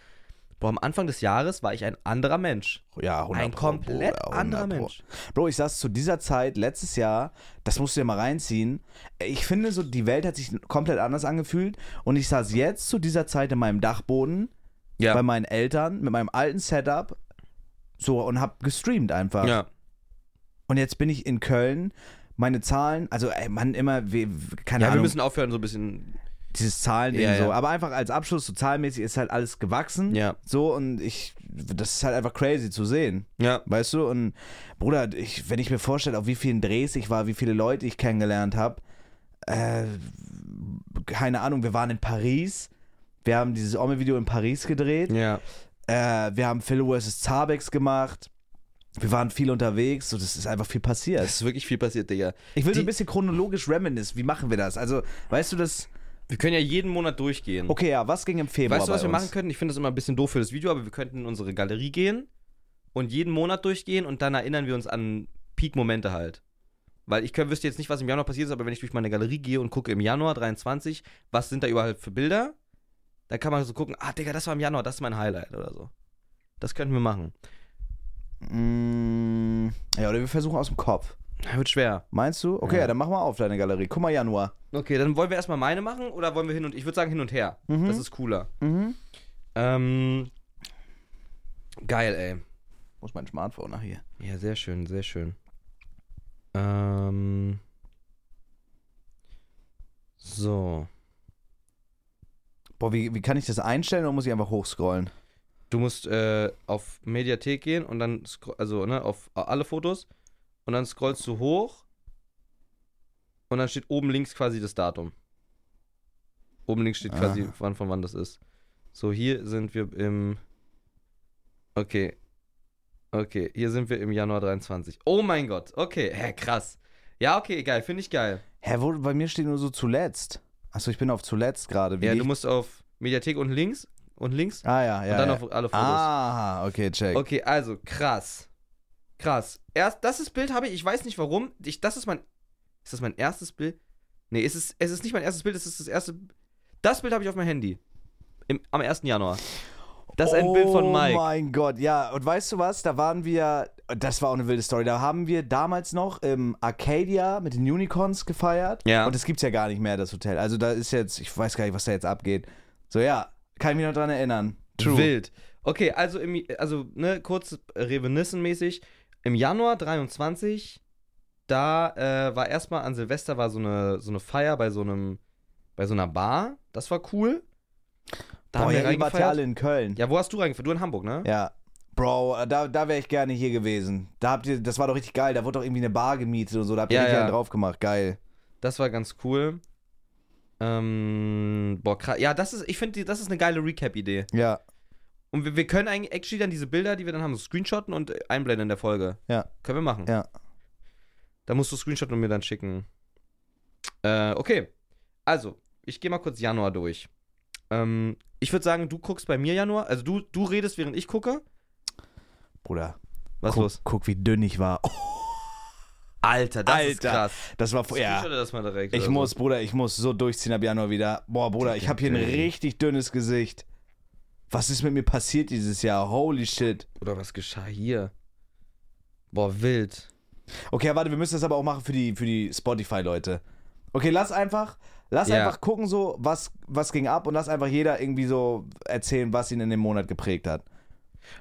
S2: Boah, am Anfang des Jahres war ich ein anderer Mensch.
S1: ja, 100
S2: Ein
S1: Pro,
S2: komplett
S1: Bruder, 100
S2: anderer
S1: Pro.
S2: Mensch.
S1: Bro, ich saß zu dieser Zeit letztes Jahr, das musst du dir mal reinziehen. Ich finde so, die Welt hat sich komplett anders angefühlt und ich saß jetzt zu dieser Zeit in meinem Dachboden
S2: Ja.
S1: bei meinen Eltern mit meinem alten Setup so und hab gestreamt einfach.
S2: ja.
S1: Und jetzt bin ich in Köln. Meine Zahlen, also ey, man immer, we- we- keine
S2: Ja, wir
S1: Ahnung,
S2: müssen aufhören, so ein bisschen.
S1: dieses Zahlen
S2: Ja, ja.
S1: so. Aber einfach als Abschluss, so zahlenmäßig ist halt alles gewachsen.
S2: Ja.
S1: So und ich, das ist halt einfach crazy zu sehen.
S2: Ja.
S1: Weißt du? Und Bruder, ich, wenn ich mir vorstelle, auf wie vielen Drehs ich war, wie viele Leute ich kennengelernt habe, äh, keine Ahnung, wir waren in Paris. Wir haben dieses Omme-Video in Paris gedreht.
S2: Ja.
S1: Äh, wir haben Phil vs. Zabex gemacht. Wir waren viel unterwegs, so das ist einfach viel passiert.
S2: Es ist wirklich viel passiert, Digga.
S1: Ich will so
S2: Die-
S1: ein bisschen chronologisch reminis. Wie machen wir das? Also, weißt du das?
S2: Wir können ja jeden Monat durchgehen.
S1: Okay, ja, was ging im Februar?
S2: Weißt du, was
S1: bei
S2: wir
S1: uns?
S2: machen könnten? Ich finde das immer ein bisschen doof für das Video, aber wir könnten in unsere Galerie gehen und jeden Monat durchgehen und dann erinnern wir uns an Peak-Momente halt. Weil ich könn, wüsste jetzt nicht, was im Januar passiert ist, aber wenn ich durch meine Galerie gehe und gucke im Januar 23, was sind da überall für Bilder, dann kann man so gucken, ah, Digga, das war im Januar, das ist mein Highlight oder so. Das könnten wir machen.
S1: Mm, ja, oder wir versuchen aus dem Kopf.
S2: Ja, Wird schwer.
S1: Meinst du? Okay,
S2: Ja.
S1: ja, dann mach mal auf deine Galerie. Guck mal, Januar.
S2: Okay, dann wollen wir erstmal meine machen oder wollen wir hin und ich würde sagen hin und her.
S1: Mhm.
S2: Das ist cooler.
S1: Mhm.
S2: Ähm, geil, ey.
S1: Wo ist mein Smartphone nach hier?
S2: Ja, sehr schön, sehr schön. Ähm. So.
S1: Boah, wie, wie kann ich das einstellen oder muss ich einfach hochscrollen?
S2: Du musst äh, auf Mediathek gehen und dann, scro- also ne, auf alle Fotos und dann scrollst du hoch und dann steht oben links quasi das Datum. Oben links steht quasi,
S1: Ah.
S2: wann von wann das ist. So, hier sind wir im. Okay. Okay, hier sind wir im Januar 23. Oh mein Gott, okay, hä, krass. Ja, okay, geil, finde ich geil.
S1: Hä, wo, bei mir steht nur so zuletzt. Achso, ich bin auf zuletzt gerade. Wie
S2: Ja,
S1: geh
S2: du
S1: ich-
S2: musst auf Mediathek und links und links
S1: Ah, ja, ja.
S2: und dann
S1: ja.
S2: auf alle Fotos.
S1: Ah, okay, check.
S2: Okay, also krass. Krass. Erst das ist Bild habe ich, ich weiß nicht warum. Ich, das ist mein Ist das mein erstes Bild? Nee, es ist es ist nicht mein erstes Bild, es ist das erste Das Bild habe ich auf meinem Handy. Im, am 1. Januar. Das ist ein Bild von Mike.
S1: Oh mein Gott, ja. Und weißt du was? Da waren wir, das war auch eine wilde Story. Da haben wir damals noch im Arcadia mit den Unicorns gefeiert.
S2: Ja.
S1: Und das gibt's ja gar nicht mehr, das Hotel. Also da ist jetzt, ich weiß gar nicht, was da jetzt abgeht. So, ja, kann ich mich noch dran erinnern.
S2: Wild. Okay, also im also ne kurz revenissen mäßig im Januar 23 da äh, war erstmal an Silvester war so eine so eine Feier bei so einem bei so einer Bar. Das war cool. Da
S1: Boah,
S2: haben wir
S1: ja, ihr wart ja
S2: reingefeiert.
S1: alle in Köln.
S2: Ja, wo hast du reingefeiert? Du in Hamburg, ne?
S1: Ja. Bro, da, da wäre ich gerne hier gewesen. Da habt ihr, das war doch richtig geil. Da wurde doch irgendwie eine Bar gemietet und so. Da habt ihr
S2: Ja,
S1: richtig
S2: ja.
S1: einen drauf gemacht. Geil.
S2: Das war ganz cool. Ähm, boah, krass. Ja, das ist, ich finde, das ist eine geile Recap-Idee.
S3: Ja,
S2: Und wir, wir können eigentlich actually dann diese Bilder, die wir dann haben, so screenshotten und einblenden in der Folge.
S3: Ja.
S2: Können wir machen.
S3: Ja.
S2: Da musst du screenshotten und mir dann schicken. Äh, okay. Also, ich gehe mal kurz Januar durch. Ähm, ich würde sagen, du guckst bei mir Januar. Also, du, du redest, während ich gucke.
S1: Bruder,
S2: Was
S1: guck,
S2: los?
S1: guck, wie dünn ich war. Oh,
S2: Alter, das ist
S1: Alter.
S2: krass.
S1: das war vor. Ja.
S2: Screenshotte das mal direkt.
S1: Ich
S2: oder
S1: muss, Bruder, ich muss so durchziehen ab Januar wieder. Boah, Bruder, ich habe hier ein richtig dünnes Gesicht. Was ist mit mir passiert dieses Jahr? Holy shit.
S2: So. Oder was geschah hier? Boah, wild.
S1: Okay, warte, wir müssen das aber auch machen für die, für die Spotify-Leute. Okay, lass einfach, lass
S2: Ja.
S1: einfach gucken, so, was, was ging ab und lass einfach jeder irgendwie so erzählen, was ihn in dem Monat geprägt hat.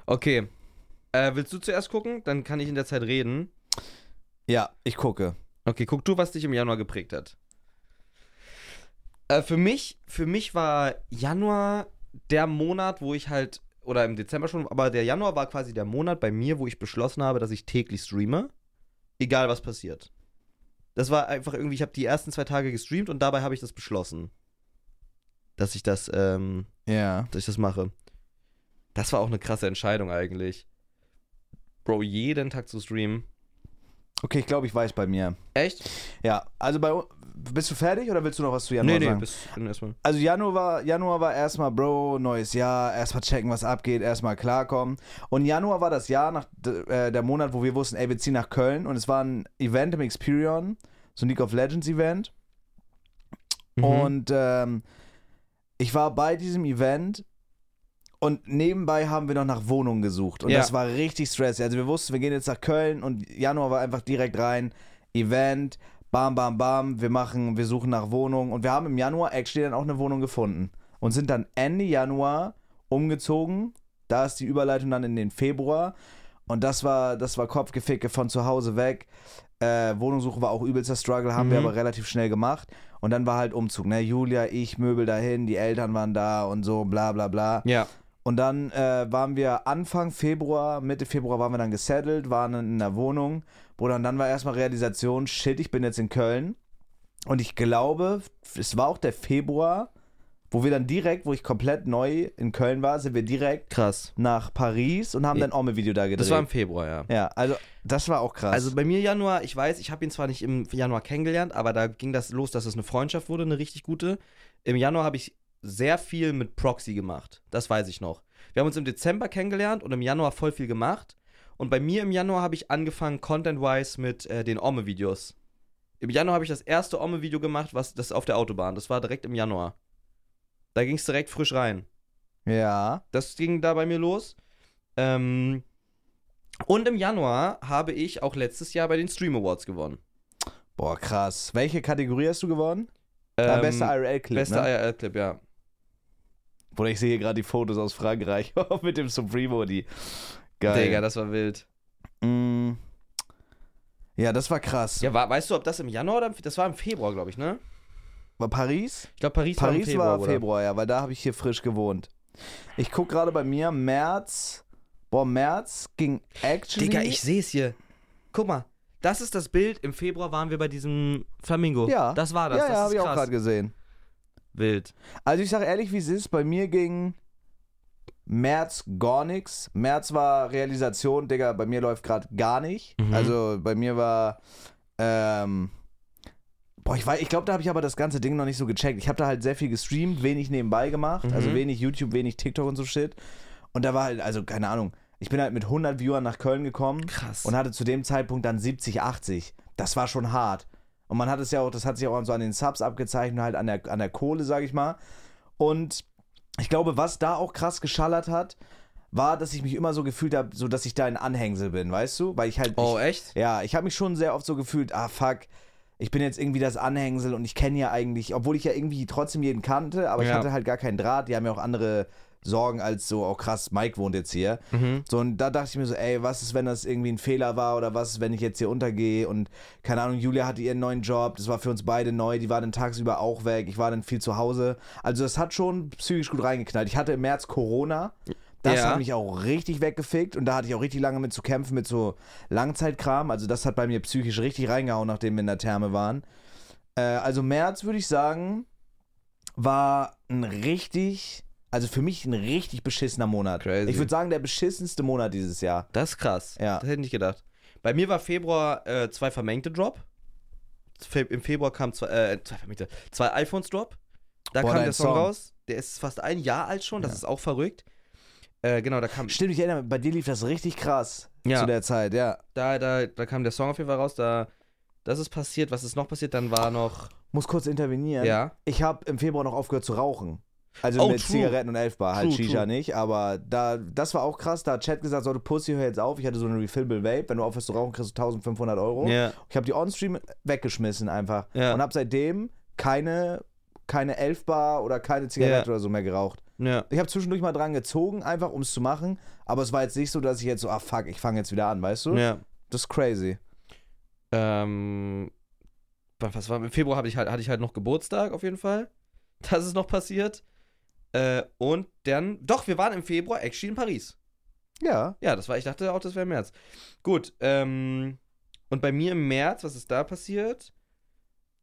S2: Okay. Äh, willst du zuerst gucken? Dann kann ich in der Zeit reden.
S1: Ja, ich gucke.
S2: Okay, guck du, was dich im Januar geprägt hat. Äh, für mich, für mich war Januar der Monat, wo ich halt, oder im Dezember schon, aber der Januar war quasi der Monat bei mir, wo ich beschlossen habe, dass ich täglich streame, egal was passiert. Das war einfach irgendwie, ich habe die ersten zwei Tage gestreamt und dabei habe ich das beschlossen, dass ich das, ähm,
S1: Ja.
S2: dass ich das mache. Das war auch eine krasse Entscheidung eigentlich. Bro, jeden Tag zu streamen.
S1: Okay, ich glaube, ich weiß bei mir.
S2: Echt?
S1: Ja, also bei. u- Bist du fertig oder willst du noch was zu Januar
S2: nee, nee,
S1: sagen?
S2: bis bin erstmal.
S1: Also Januar war, Januar war erstmal, Bro, neues Jahr, erstmal checken, was abgeht, erstmal klarkommen. Und Januar war das Jahr, nach, d- äh, der Monat, wo wir wussten, ey, wir ziehen nach Köln. Und es war ein Event im Experion, so ein League of Legends Event.
S2: Mhm.
S1: Und ähm, ich war bei diesem Event und nebenbei haben wir noch nach Wohnungen gesucht. Und
S2: Ja.
S1: das war richtig stressig. Also wir wussten, wir gehen jetzt nach Köln und Januar war einfach direkt rein. Event, bam, bam, bam, wir machen, wir suchen nach Wohnungen. Und wir haben im Januar actually dann auch eine Wohnung gefunden. Und sind dann Ende Januar umgezogen. Da ist die Überleitung dann in den Februar. Und das war, das war Kopfgeficke von zu Hause weg. Äh, Wohnungssuche war auch übelster Struggle, haben wir
S2: Mhm.
S1: aber relativ schnell gemacht. Und dann war halt Umzug, ne? Julia, ich, Möbel dahin, die Eltern waren da und so, bla bla bla.
S2: Ja.
S1: Und dann äh, waren wir Anfang Februar, Mitte Februar waren wir dann gesettelt, waren in einer Wohnung. Bruder, und dann war erstmal Realisation, shit, ich bin jetzt in Köln. Und ich glaube, es war auch der Februar, wo wir dann direkt, wo ich komplett neu in Köln war, sind wir direkt
S2: Krass.
S1: nach Paris und haben
S2: Ja.
S1: dann Orme-Video da gedreht.
S2: Das war im Februar, ja.
S1: ja, also das war auch krass.
S2: Also bei mir Januar, ich weiß, ich habe ihn zwar nicht im Januar kennengelernt, aber da ging das los, dass es eine Freundschaft wurde, eine richtig gute. Im Januar habe ich sehr viel mit Proxy gemacht. Das weiß ich noch. Wir haben uns im Dezember kennengelernt und im Januar voll viel gemacht. Und bei mir im Januar habe ich angefangen, content-wise mit äh, den Omme-Videos. Im Januar habe ich das erste Omme-Video gemacht, was das auf der Autobahn. Das war direkt im Januar. Da ging es direkt frisch rein.
S1: ja,
S2: Das ging da bei mir los. Ähm, und im Januar habe ich auch letztes Jahr bei den Stream Awards gewonnen.
S1: boah, krass. Welche Kategorie hast du gewonnen?
S2: Ähm,
S1: ah, bester IRL-Clip.
S2: bester
S1: ne?
S2: IRL-Clip, ja.
S1: Bruder, ich sehe hier gerade die Fotos aus Frankreich mit dem Supremo, die. Geil.
S2: Digga, das war wild.
S1: Mm. Ja, das war krass.
S2: Ja, wa- weißt du, ob das im Januar oder im, das war im Februar, glaube ich, ne?
S1: War Paris?
S2: Ich glaube, Paris, war im
S1: Paris
S2: Februar.
S1: war Februar,
S2: oder?
S1: ja, weil da habe ich hier frisch gewohnt. Ich gucke gerade bei mir, März. Boah, März ging actually.
S2: Digga, ich sehe es hier. Guck mal, das ist das Bild. Im Februar waren wir bei diesem Flamingo.
S1: Ja.
S2: Das war das.
S1: Ja, ja,
S2: das
S1: habe
S2: ist
S1: ich auch
S2: krass.
S1: gerade gesehen.
S2: Wild.
S1: Also ich sage ehrlich, wie es ist, bei mir ging März gar nichts. März war Realisation, Digga, bei mir läuft gerade gar nicht.
S2: Mhm.
S1: Also bei mir war, ähm, boah, ich, weiß- ich glaube, da habe ich aber das ganze Ding noch nicht so gecheckt. Ich habe da halt sehr viel gestreamt, wenig nebenbei gemacht, also
S2: Mhm.
S1: wenig YouTube, wenig TikTok und so Shit. Und da war halt, also keine Ahnung, ich bin halt mit 100 Viewern nach Köln gekommen
S2: Krass.
S1: und hatte zu dem Zeitpunkt dann 70, 80. Das war schon hart. Und man hat es ja auch, das hat sich auch so an den Subs abgezeichnet, halt an der, an der Kohle, sag ich mal. Und ich glaube, was da auch krass geschallert hat, war, dass ich mich immer so gefühlt habe, so dass ich da ein Anhängsel bin, weißt du? Weil ich halt.
S2: oh,
S1: ich,
S2: echt?
S1: ja, ich habe mich schon sehr oft so gefühlt, ah fuck, ich bin jetzt irgendwie das Anhängsel und ich kenne ja eigentlich, obwohl ich ja irgendwie trotzdem jeden kannte, aber ich
S2: Ja.
S1: hatte halt gar keinen Draht, die haben ja auch andere Sorgen als so, oh krass, Mike wohnt jetzt hier.
S2: Mhm.
S1: So, und da dachte ich mir so, ey, was ist, wenn das irgendwie ein Fehler war oder was ist, wenn ich jetzt hier untergehe und keine Ahnung, Julia hatte ihren neuen Job, das war für uns beide neu, die war dann tagsüber auch weg, ich war dann viel zu Hause. Also das hat schon psychisch gut reingeknallt. Ich hatte im März Corona. Das
S2: Ja.
S1: hat mich auch richtig weggefickt und da hatte ich auch richtig lange mit zu kämpfen, mit so Langzeitkram. Also das hat bei mir psychisch richtig reingehauen, nachdem wir in der Therme waren. Äh, also März würde ich sagen, war ein richtig, also für mich ein richtig beschissener Monat.
S2: Crazy.
S1: Ich würde sagen, der beschissenste Monat dieses Jahr.
S2: Das ist krass.
S1: Ja.
S2: Das hätte ich nicht gedacht. Bei mir war Februar äh, zwei vermengte Drop. Fe Im Februar kam zwei, äh, zwei vermengte, zwei iPhones Drop. Da
S1: Boah,
S2: kam
S1: dein
S2: der Song,
S1: Song.
S2: raus. Der ist fast ein Jahr alt schon, das
S1: Ja.
S2: ist auch verrückt. Äh, genau, da kam,
S1: Stimmt, ich erinnere mich, bei dir lief das richtig krass
S2: Ja.
S1: zu der Zeit, ja.
S2: da, da, da kam der Song auf jeden Fall raus. Da, das ist passiert. Was ist noch passiert? Dann war noch.
S1: Muss kurz intervenieren.
S2: Ja.
S1: Ich habe im Februar noch aufgehört zu rauchen. Also
S2: Oh,
S1: mit
S2: true.
S1: Zigaretten und Elfbar, halt
S2: True,
S1: Shisha
S2: true.
S1: nicht, aber da, das war auch krass, da hat Chat gesagt, so du Pussy, hör jetzt auf, ich hatte so eine Refillable Vape, wenn du aufhörst zu rauchen, kriegst du 1500 Euro.
S2: Ja.
S1: Ich habe die On-Stream weggeschmissen einfach
S2: Ja.
S1: und habe seitdem keine, keine Elfbar oder keine Zigarette
S2: Ja.
S1: oder so mehr geraucht.
S2: Ja.
S1: Ich habe zwischendurch mal dran gezogen, einfach um es zu machen, aber es war jetzt nicht so, dass ich jetzt so, ah fuck, ich fange jetzt wieder an, weißt du?
S2: ja.
S1: Das ist crazy.
S2: Ähm, was war im Februar hatte ich halt hatte ich halt noch Geburtstag auf jeden Fall. Das ist noch passiert. Äh, und dann doch wir waren im Februar actually in Paris.
S1: Ja.
S2: Ja, das war ich dachte auch das wäre im März. Gut, ähm und bei mir im März, was ist da passiert?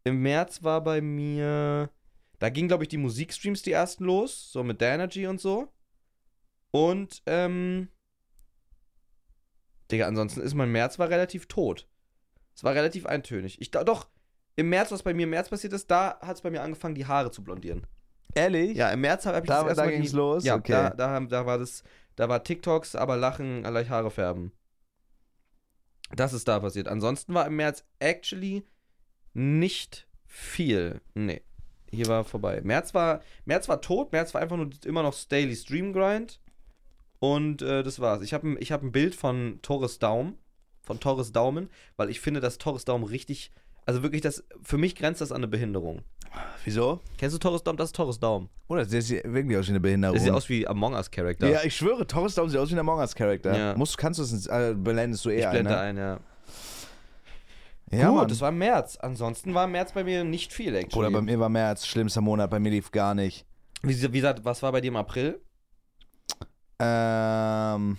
S2: Im März war bei mir da ging glaube ich die Musikstreams die ersten los, so mit Danergy und so. Und ähm Digga, ansonsten ist mein März war relativ tot. Es war relativ eintönig. Ich da- doch im März, was bei mir im März passiert ist, da hat es bei mir angefangen, die Haare zu blondieren.
S1: Ehrlich?
S2: Ja, im März habe hab ich
S1: Da-
S2: das erste
S1: da
S2: Mal die-
S1: ging's los?
S2: Ja,
S1: Okay.
S2: da, da, haben- da war das, da war TikToks, aber Lachen, gleich Haare färben. Das ist da passiert. Ansonsten war im März actually nicht viel. Nee. Hier war vorbei. März war, März war tot. März war einfach nur immer noch Daily Stream Grind. Und äh, das war's. Ich habe ein, ich hab ein Bild von Torres Daum. Von Torres Daumen. Weil ich finde, dass Torres Daum richtig. Also wirklich, das. Für mich grenzt das an eine Behinderung.
S1: Wieso?
S2: Kennst du Torres Daum? Das ist Torres Daum.
S1: Oder das sieht wirklich aus wie eine Behinderung.
S2: Das Äh, sieht aus wie Among Us-Charakter.
S1: Ja, ich schwöre, Torres Daum sieht aus wie ein Among Us-Charakter.
S2: Ja.
S1: Musst, kannst du es, äh, blendest du
S2: ich
S1: eher
S2: blende
S1: ein,
S2: ein, ja.
S1: ne? Ja,
S2: Gut,
S1: Mann.
S2: das war im März. Ansonsten war im März bei mir nicht viel, actually.
S1: Bruder, bei mir war März, schlimmster Monat, bei mir lief gar nicht.
S2: wie, wie gesagt, was war bei dir im April?
S1: Ähm...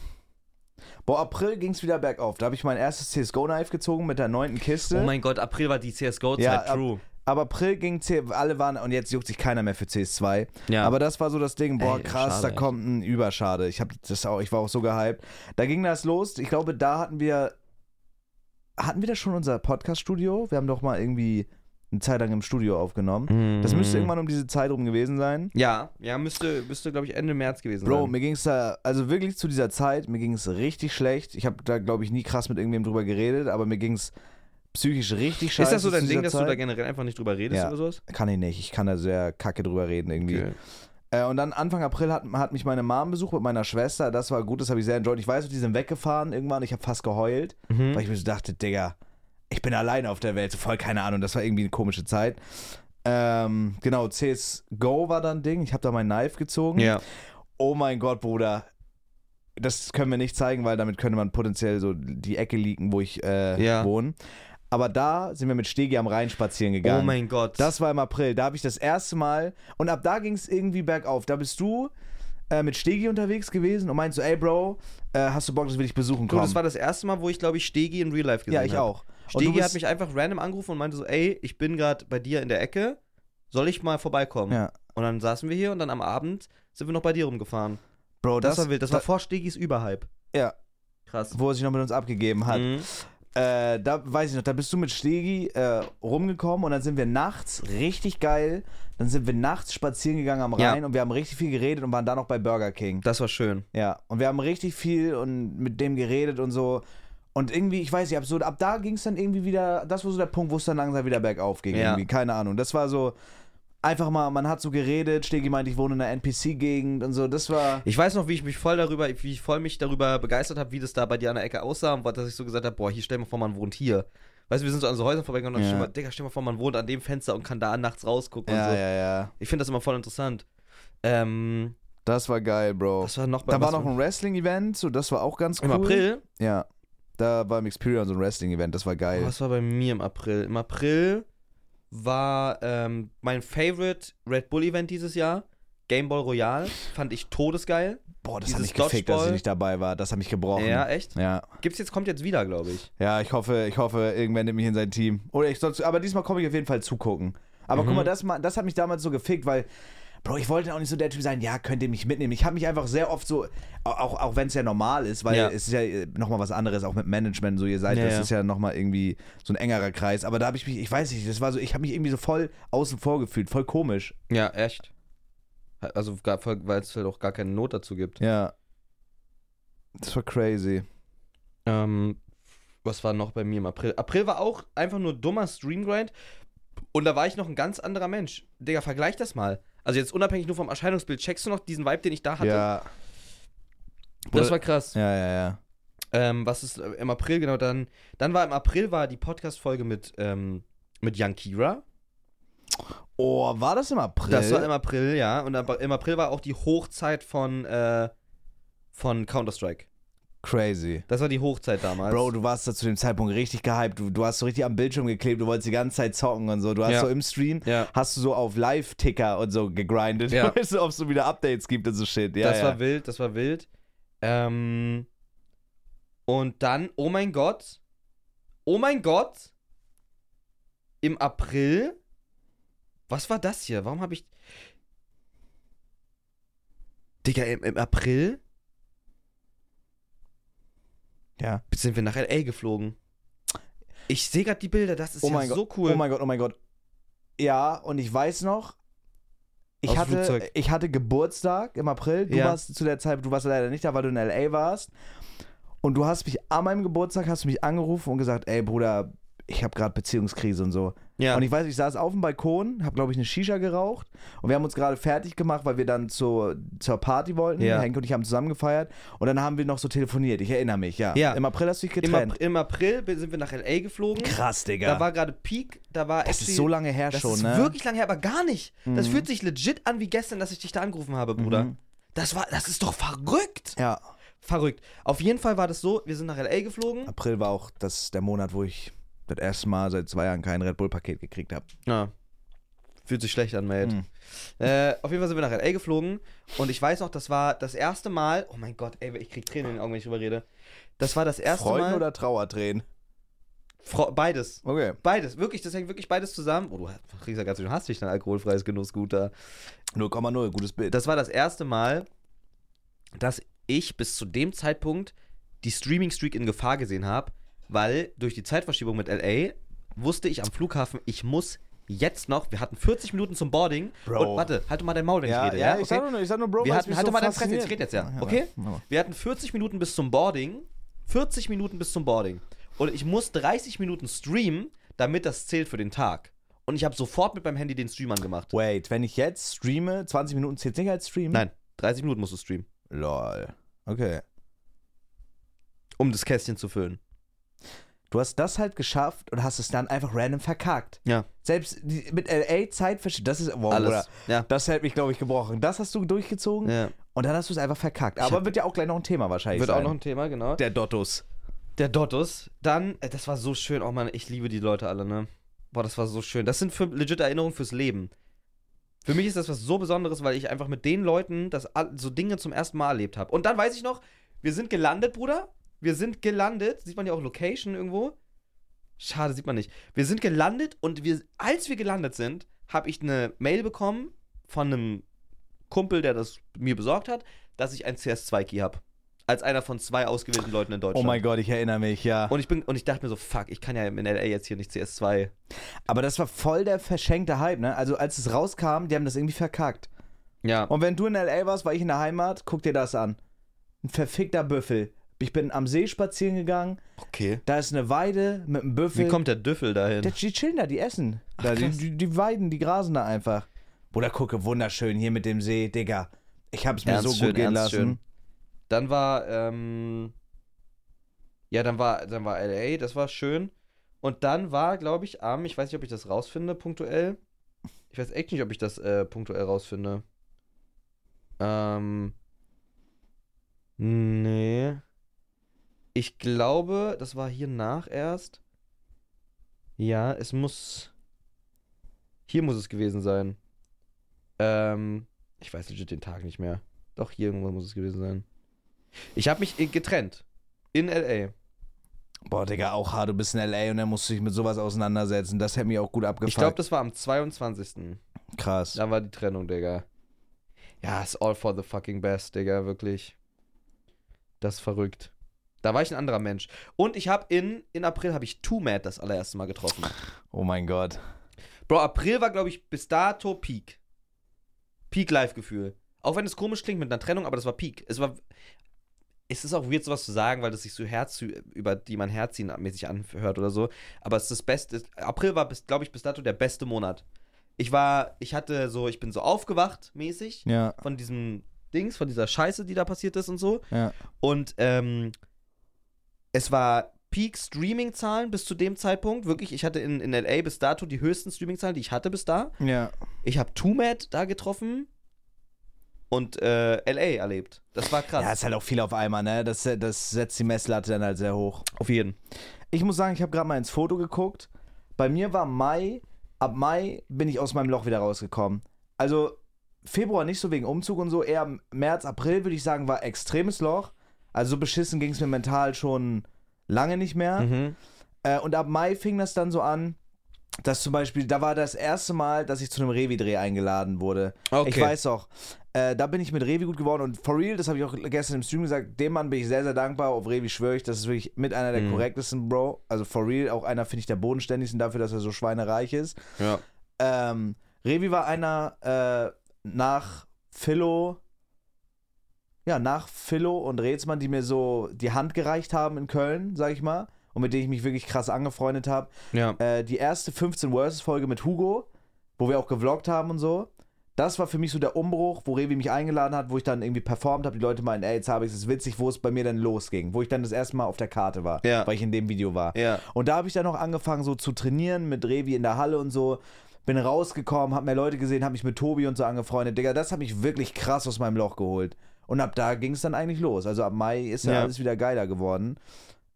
S1: Boah, April ging es wieder bergauf. Da habe ich mein erstes CSGO-Knife gezogen mit der neunten Kiste.
S2: Oh mein Gott, April war die CSGO-Zeit,
S1: Äh? Ja, ab-
S2: true.
S1: Aber April ging C, alle waren, und jetzt juckt sich keiner mehr für CS2.
S2: Ja.
S1: Aber das war so das Ding, boah,
S2: Ey,
S1: krass,
S2: schade,
S1: da
S2: echt.
S1: kommt ein Überschade. Ich, hab das auch, ich war auch so gehypt. Da ging das los. Ich glaube, da hatten wir, hatten wir da schon unser Podcast-Studio? Wir haben doch mal irgendwie eine Zeit lang im Studio aufgenommen. Das müsste
S2: Mhm.
S1: irgendwann um diese Zeit rum gewesen sein.
S2: Hm. Ja, ja, müsste, müsste glaube ich, Ende März gewesen
S1: Bro,
S2: sein.
S1: mir ging es da, also wirklich zu dieser Zeit, mir ging es richtig schlecht. Ich habe da, glaube ich, nie krass mit irgendwem drüber geredet, aber mir ging es psychisch richtig scheiße.
S2: Ist das so dein
S1: zu dieser
S2: Ding, dass du
S1: Zeit.
S2: da generell einfach nicht drüber redest
S1: Ja.
S2: oder sowas?
S1: Kann ich nicht. Ich kann da sehr kacke drüber reden irgendwie. Äh, und dann Anfang April hat, hat mich meine Mom besucht mit meiner Schwester. Das war gut, das habe ich sehr enjoyed. Ich weiß, die sind weggefahren irgendwann. Ich habe fast geheult,
S2: Mhm.
S1: weil ich mir so dachte, Digga, ich bin alleine auf der Welt. So voll keine Ahnung. Das war irgendwie eine komische Zeit. Ähm, genau, CSGO war dann Ding. Ich habe da mein Knife gezogen.
S2: Ja.
S1: Oh mein Gott, Bruder. Das können wir nicht zeigen, weil damit könnte man potenziell so die Ecke liegen, wo ich äh,
S2: Ja.
S1: wohne. Aber da sind wir mit Stegi am Rhein spazieren gegangen.
S2: Oh mein Gott.
S1: Das war im April. Da habe ich das erste Mal. Und ab da ging es irgendwie bergauf. Da bist du äh, mit Stegi unterwegs gewesen und meinst so, ey Bro, äh, hast du Bock, dass wir dich besuchen
S2: Bro,
S1: kommen?
S2: das war das erste Mal, wo ich, glaube ich, Stegi in Real Life gesehen
S1: ja,
S2: habe.
S1: ich auch. Und du
S2: Stegi
S1: bist-
S2: hat mich einfach random angerufen und meinte so, ey, ich bin gerade bei dir in der Ecke, soll ich mal vorbeikommen?
S1: Ja.
S2: Und dann saßen wir hier und dann am Abend sind wir noch bei dir rumgefahren.
S1: Bro,
S2: Das,
S1: das,
S2: war wild, das war vor Stegis Überhype.
S1: Ja,
S2: Krass.
S1: wo halt. er sich noch mit uns abgegeben hat.
S2: Mhm.
S1: Äh, da weiß ich noch, da bist du mit Stegi äh, rumgekommen und dann sind wir nachts, richtig geil, dann sind wir nachts spazieren gegangen am
S2: Ja.
S1: Rhein und wir haben richtig viel geredet und waren da noch bei Burger King.
S2: Das war schön.
S1: Ja, und wir haben richtig viel und mit dem geredet und so. Und irgendwie, ich weiß nicht, ab, so, ab da ging es dann irgendwie wieder, das war so der Punkt, wo es dann langsam wieder bergauf ging.
S2: Ja.
S1: Irgendwie, keine Ahnung. Das war so, einfach mal, man hat so geredet, Stegi meint, ich wohne in einer NPC-Gegend und so. Das war,
S2: Ich weiß noch, wie ich mich voll darüber, wie ich voll mich darüber begeistert habe, wie das da bei dir an der Ecke aussah und war, dass ich so gesagt habe, boah, hier stell mal vor, man wohnt hier. Weißt du, wir sind so an so Häusern vorbeigegangen und dann
S1: Ja.
S2: stell mal, Digga, stell mal vor, man wohnt an dem Fenster und kann da nachts rausgucken
S1: ja,
S2: und so.
S1: ja, ja.
S2: Ich finde das immer voll interessant. Ähm,
S1: Das war geil, Bro.
S2: was war noch bei
S1: da war
S2: was
S1: noch ein Wrestling-Event, so, das war auch ganz cool.
S2: im April?
S1: Ja. Da war im Experience so ein Wrestling-Event, Oh, das war geil.
S2: Was Oh, war bei mir im April? Im April war ähm, mein Favorite Red Bull Event dieses Jahr. Game Ball Royale. Fand ich todesgeil.
S1: Boah, das hat mich
S2: Dieses
S1: gefickt, dass ich
S2: Dodgeball.
S1: nicht dabei war. Das hat mich gebrochen.
S2: Ja, echt?
S1: Ja.
S2: Gibt's jetzt, kommt jetzt wieder, glaube ich.
S1: Ja, ich hoffe, ich hoffe, irgendwer nimmt mich in sein Team. Oder ich sonst, aber diesmal komme ich auf jeden Fall zugucken. Aber
S2: Mhm.
S1: guck mal, das, ma- das hat mich damals so gefickt, weil, Bro, ich wollte auch nicht so der Typ sein, ja, könnt ihr mich mitnehmen. Ich habe mich einfach sehr oft so, au- auch, auch wenn es ja normal ist, weil
S2: Ja.
S1: es ist ja nochmal was anderes, auch mit Management, so ihr seid,
S2: Ja,
S1: das
S2: ja.
S1: ist ja nochmal irgendwie so ein engerer Kreis. Aber da habe ich mich, ich weiß nicht, das war so, ich habe mich irgendwie so voll außen vor gefühlt, voll komisch.
S2: Ja, echt. Also, weil es halt auch gar keine Not dazu gibt.
S1: Ja. Das war crazy.
S2: Ähm, was war noch bei mir im April? April war auch einfach nur dummer Streamgrind und da war ich noch ein ganz anderer Mensch. Digga, vergleich das mal. Also jetzt unabhängig nur vom Erscheinungsbild, checkst du noch diesen Vibe, den ich da hatte?
S1: Ja.
S2: Das war krass.
S1: Ja, ja, ja.
S2: Ähm, was ist äh, im April genau dann? Dann war im April war die Podcast-Folge mit, ähm, mit Young Kira.
S1: Oh, war das im April?
S2: Das war im April, ja. Und ab- im April war auch die Hochzeit von, äh, von Counter-Strike.
S1: crazy.
S2: Das war die Hochzeit damals.
S1: Bro, du warst da zu dem Zeitpunkt richtig gehypt. Du, du hast so richtig am Bildschirm geklebt, du wolltest die ganze Zeit zocken und so. Du hast
S2: Ja.
S1: so im Stream,
S2: Ja.
S1: hast du so auf Live-Ticker und so gegrindet.
S2: Ja.
S1: Weißt du, ob es so wieder Updates gibt und so Shit. Ja,
S2: das
S1: ja.
S2: war wild, das war wild. Ähm, und dann, oh mein Gott, oh mein Gott, im April, was war das hier? Warum habe ich... Digga, im, im April
S1: ja.
S2: sind wir nach L.A. geflogen. Ich sehe gerade die Bilder, das ist
S1: Oh
S2: ja
S1: mein
S2: so cool.
S1: Oh mein Gott, oh mein Gott. Ja, und ich weiß noch, ich
S2: Aus dem
S1: hatte,
S2: Flugzeug.
S1: ich hatte Geburtstag im April. Du
S2: Ja.
S1: warst zu der Zeit, du warst leider nicht da, weil du in L.A. warst. Und du hast mich an meinem Geburtstag hast du mich angerufen und gesagt, ey Bruder, ich habe gerade Beziehungskrise und so.
S2: ja.
S1: Und ich weiß, ich saß auf dem Balkon, habe, glaube ich, eine Shisha geraucht und wir haben uns gerade fertig gemacht, weil wir dann zur, zur Party wollten.
S2: Ja.
S1: Henke und ich haben zusammen gefeiert und dann haben wir noch so telefoniert. Ich erinnere mich, ja.
S2: Ja.
S1: Im April hast du dich
S2: Im,
S1: getrennt.
S2: April, Im April sind wir nach L.A. geflogen.
S1: Krass, Digga.
S2: Da war gerade Peak, da war
S1: das ist
S2: actually-
S1: so lange her
S2: Das
S1: schon,
S2: ist
S1: ne?
S2: wirklich lange her, aber gar nicht. Das
S1: Mhm.
S2: fühlt sich legit an wie gestern, dass ich dich da angerufen habe, Bruder.
S1: Mhm.
S2: Das war, das ist doch verrückt.
S1: Ja.
S2: Verrückt. Auf jeden Fall war das so, wir sind nach L.A. geflogen.
S1: April war auch das, der Monat, wo ich das erste Mal seit zwei Jahren kein Red Bull-Paket gekriegt habe.
S2: Ja. Fühlt sich schlecht an, Mate.
S1: Mhm.
S2: Äh, auf jeden Fall sind wir nach L.A. geflogen und ich weiß noch, das war das erste Mal, oh mein Gott, ey, ich krieg Tränen in den Augen, wenn ich drüber rede. Das war das erste
S1: Freuden
S2: Mal.
S1: oder Trauertränen?
S2: Fro- beides.
S1: Okay.
S2: Beides, wirklich, das hängt wirklich beides zusammen. Oh, du kriegst ja ganz schön hastig dein alkoholfreies Genussgut da.
S1: 0,0, gutes Bild.
S2: das war das erste Mal, dass ich bis zu dem Zeitpunkt die Streaming-Streak in Gefahr gesehen habe, weil durch die Zeitverschiebung mit LA wusste ich am Flughafen, ich muss jetzt noch, wir hatten 40 Minuten zum Boarding
S1: Bro.
S2: und warte, halt doch mal dein Maul, wenn
S1: ja,
S2: ich rede.
S1: ja,
S2: Ja,
S1: ich sag
S2: okay?
S1: nur, ich sag nur Bro,
S2: Wir
S1: was
S2: hatten,
S1: mich
S2: halt
S1: so
S2: doch mal deine Fresse, jetzt
S1: fasziniert.
S2: red jetzt ja,
S1: Ja,
S2: okay?
S1: ja.
S2: Wir hatten 40 Minuten bis zum Boarding, 40 Minuten bis zum Boarding und ich muss 30 Minuten streamen, damit das zählt für den Tag. Und ich habe sofort mit meinem Handy den Stream angemacht.
S1: Wait, wenn ich jetzt streame, 20 Minuten zählt nicht als Stream?
S2: Nein, 30 Minuten musst du streamen.
S1: Lol. Okay.
S2: um das Kästchen zu füllen.
S1: Du hast das halt geschafft und hast es dann einfach random verkackt.
S2: Ja.
S1: Selbst die, mit LA Zeitverschiebung, das ist wow,
S2: Alles.
S1: Bruder.
S2: Ja.
S1: Das hätte mich, glaube ich, gebrochen. Das hast du durchgezogen
S2: ja.
S1: und dann hast du es einfach verkackt. Aber
S2: hab-
S1: wird ja auch gleich noch ein Thema wahrscheinlich
S2: Wird
S1: sein.
S2: auch noch ein Thema, genau.
S1: der
S2: Der,
S1: Dottos.
S2: Dottos. Dann, äh, das war so schön. Oh Mann, ich liebe die Leute alle, ne? Boah, das war so schön. Das sind für, legit Erinnerungen fürs Leben. Für mich ist das was so Besonderes, weil ich einfach mit den Leuten das, all- so Dinge zum ersten Mal erlebt habe. Und dann weiß ich noch, wir sind gelandet, Bruder. Wir sind gelandet. Sieht man hier auch Location irgendwo? Schade, sieht man nicht. Wir sind gelandet und wir, als wir gelandet sind, habe ich eine Mail bekommen von einem Kumpel, der das mir besorgt hat, dass ich ein CS2-Key habe. Als einer von zwei ausgewählten Leuten in
S1: Oh
S2: Deutschland.
S1: mein Gott, ich erinnere mich, ja.
S2: Und ich, bin, und ich dachte mir so, fuck, ich kann ja in LA jetzt hier nicht CS2.
S1: Aber das war voll der verschenkte Hype, ne? Also als es rauskam, die haben das irgendwie verkackt.
S2: Ja.
S1: Und wenn du in L.A. warst, war ich in der Heimat, guck dir das an. Ein verfickter Büffel. Ich bin am See spazieren gegangen,
S2: Okay.
S1: da ist eine Weide mit einem Büffel.
S2: Wie kommt der Düffel dahin?
S1: Der, die chillen da, die essen. Da, die,
S2: krass.
S1: die, die weiden, die grasen da einfach. Bruder, gucke, wunderschön hier mit dem See, Digga. Ich hab's mir
S2: Ernst
S1: so gut
S2: schön,
S1: gehen
S2: ernst
S1: lassen.
S2: schön. Dann war, ähm, ja, dann war, dann war LA, das war schön. Und dann war, glaube ich, am, ich weiß nicht, ob ich das rausfinde, punktuell. Ich weiß echt nicht, ob ich das äh, punktuell rausfinde. Ähm, nee. Ich glaube, das war hier nach erst. Ja, es muss, hier muss es gewesen sein. Ähm, ich weiß legit den Tag nicht mehr. Doch, hier irgendwo muss es gewesen sein. Ich habe mich äh, getrennt. In L.A.
S1: Boah, Digga, auch hart, du bist in L.A. und dann musst du dich mit sowas auseinandersetzen. Das hätte mich auch gut abgefuckt.
S2: Ich glaube, das war am 22.
S1: Krass.
S2: Dann war die Trennung, Digga. Ja, ist all for the fucking best, Digga, wirklich. Das ist verrückt. Da war ich ein anderer Mensch. Und ich habe in, in April habe ich Too Mad das allererste Mal getroffen.
S1: Oh mein Gott.
S2: Bro, April war, glaube ich, bis dato Peak. Peak-Live-Gefühl. Auch wenn es komisch klingt mit einer Trennung, aber das war Peak. Es war. Es ist auch weird, sowas zu sagen, weil das sich so Herz über die man herziehen mäßig anhört oder so. Aber es ist das Beste. April war, glaube ich, bis dato der beste Monat. Ich war, ich hatte so, ich bin so aufgewacht mäßig
S1: Ja,
S2: von diesem Dings, von dieser Scheiße, die da passiert ist und so.
S1: ja.
S2: Und ähm, es war Peak-Streaming-Zahlen bis zu dem Zeitpunkt. Wirklich, ich hatte in, in LA bis dato die höchsten Streaming-Zahlen, die ich hatte bis da.
S1: Ja.
S2: Ich habe Tumet da getroffen und äh, LA erlebt. Das war krass.
S1: Ja, ist halt auch viel auf einmal, ne? Das, das setzt die Messlatte dann halt sehr hoch.
S2: Auf jeden.
S1: Ich muss sagen, ich habe gerade mal ins Foto geguckt. Bei mir war Mai, ab Mai bin ich aus meinem Loch wieder rausgekommen. Also Februar nicht so wegen Umzug und so, eher März, April würde ich sagen, war extremes Loch. Also so beschissen ging es mir mental schon lange nicht mehr.
S2: Mhm.
S1: Äh, und ab Mai fing das dann so an, dass zum Beispiel, da war das erste Mal, dass ich zu einem Revi-Dreh eingeladen wurde.
S2: Okay.
S1: Ich weiß auch. Äh, da bin ich mit Revi gut geworden und for real, das habe ich auch gestern im Stream gesagt, dem Mann bin ich sehr, sehr dankbar. Auf Revi schwöre ich, das ist wirklich mit einer der
S2: Mhm.
S1: korrektesten, Bro. Also for real, auch einer, finde ich, der bodenständigsten dafür, dass er so schweinereich ist.
S2: Ja.
S1: Ähm, Revi war einer äh, nach Philo, ja, nach Philo und Rätsmann, die mir so die Hand gereicht haben in Köln, sag ich mal, und mit denen ich mich wirklich krass angefreundet habe.
S2: Ja.
S1: Äh, die erste 15 Worsts-Folge mit Hugo, wo wir auch gevloggt haben und so. Das war für mich so der Umbruch, wo Revi mich eingeladen hat, wo ich dann irgendwie performt habe. Die Leute meinen, ey, jetzt habe ich es, ist witzig, wo es bei mir dann losging. Wo ich dann das erste Mal auf der Karte war,
S2: Ja.
S1: weil ich in dem Video war.
S2: Ja.
S1: Und da habe ich dann auch angefangen, so zu trainieren mit Revi in der Halle und so. Bin rausgekommen, habe mehr Leute gesehen, habe mich mit Tobi und so angefreundet. Digga, das hat mich wirklich krass aus meinem Loch geholt. Und ab da ging es dann eigentlich los. Also ab Mai ist ja,
S2: Ja.
S1: alles wieder geiler geworden.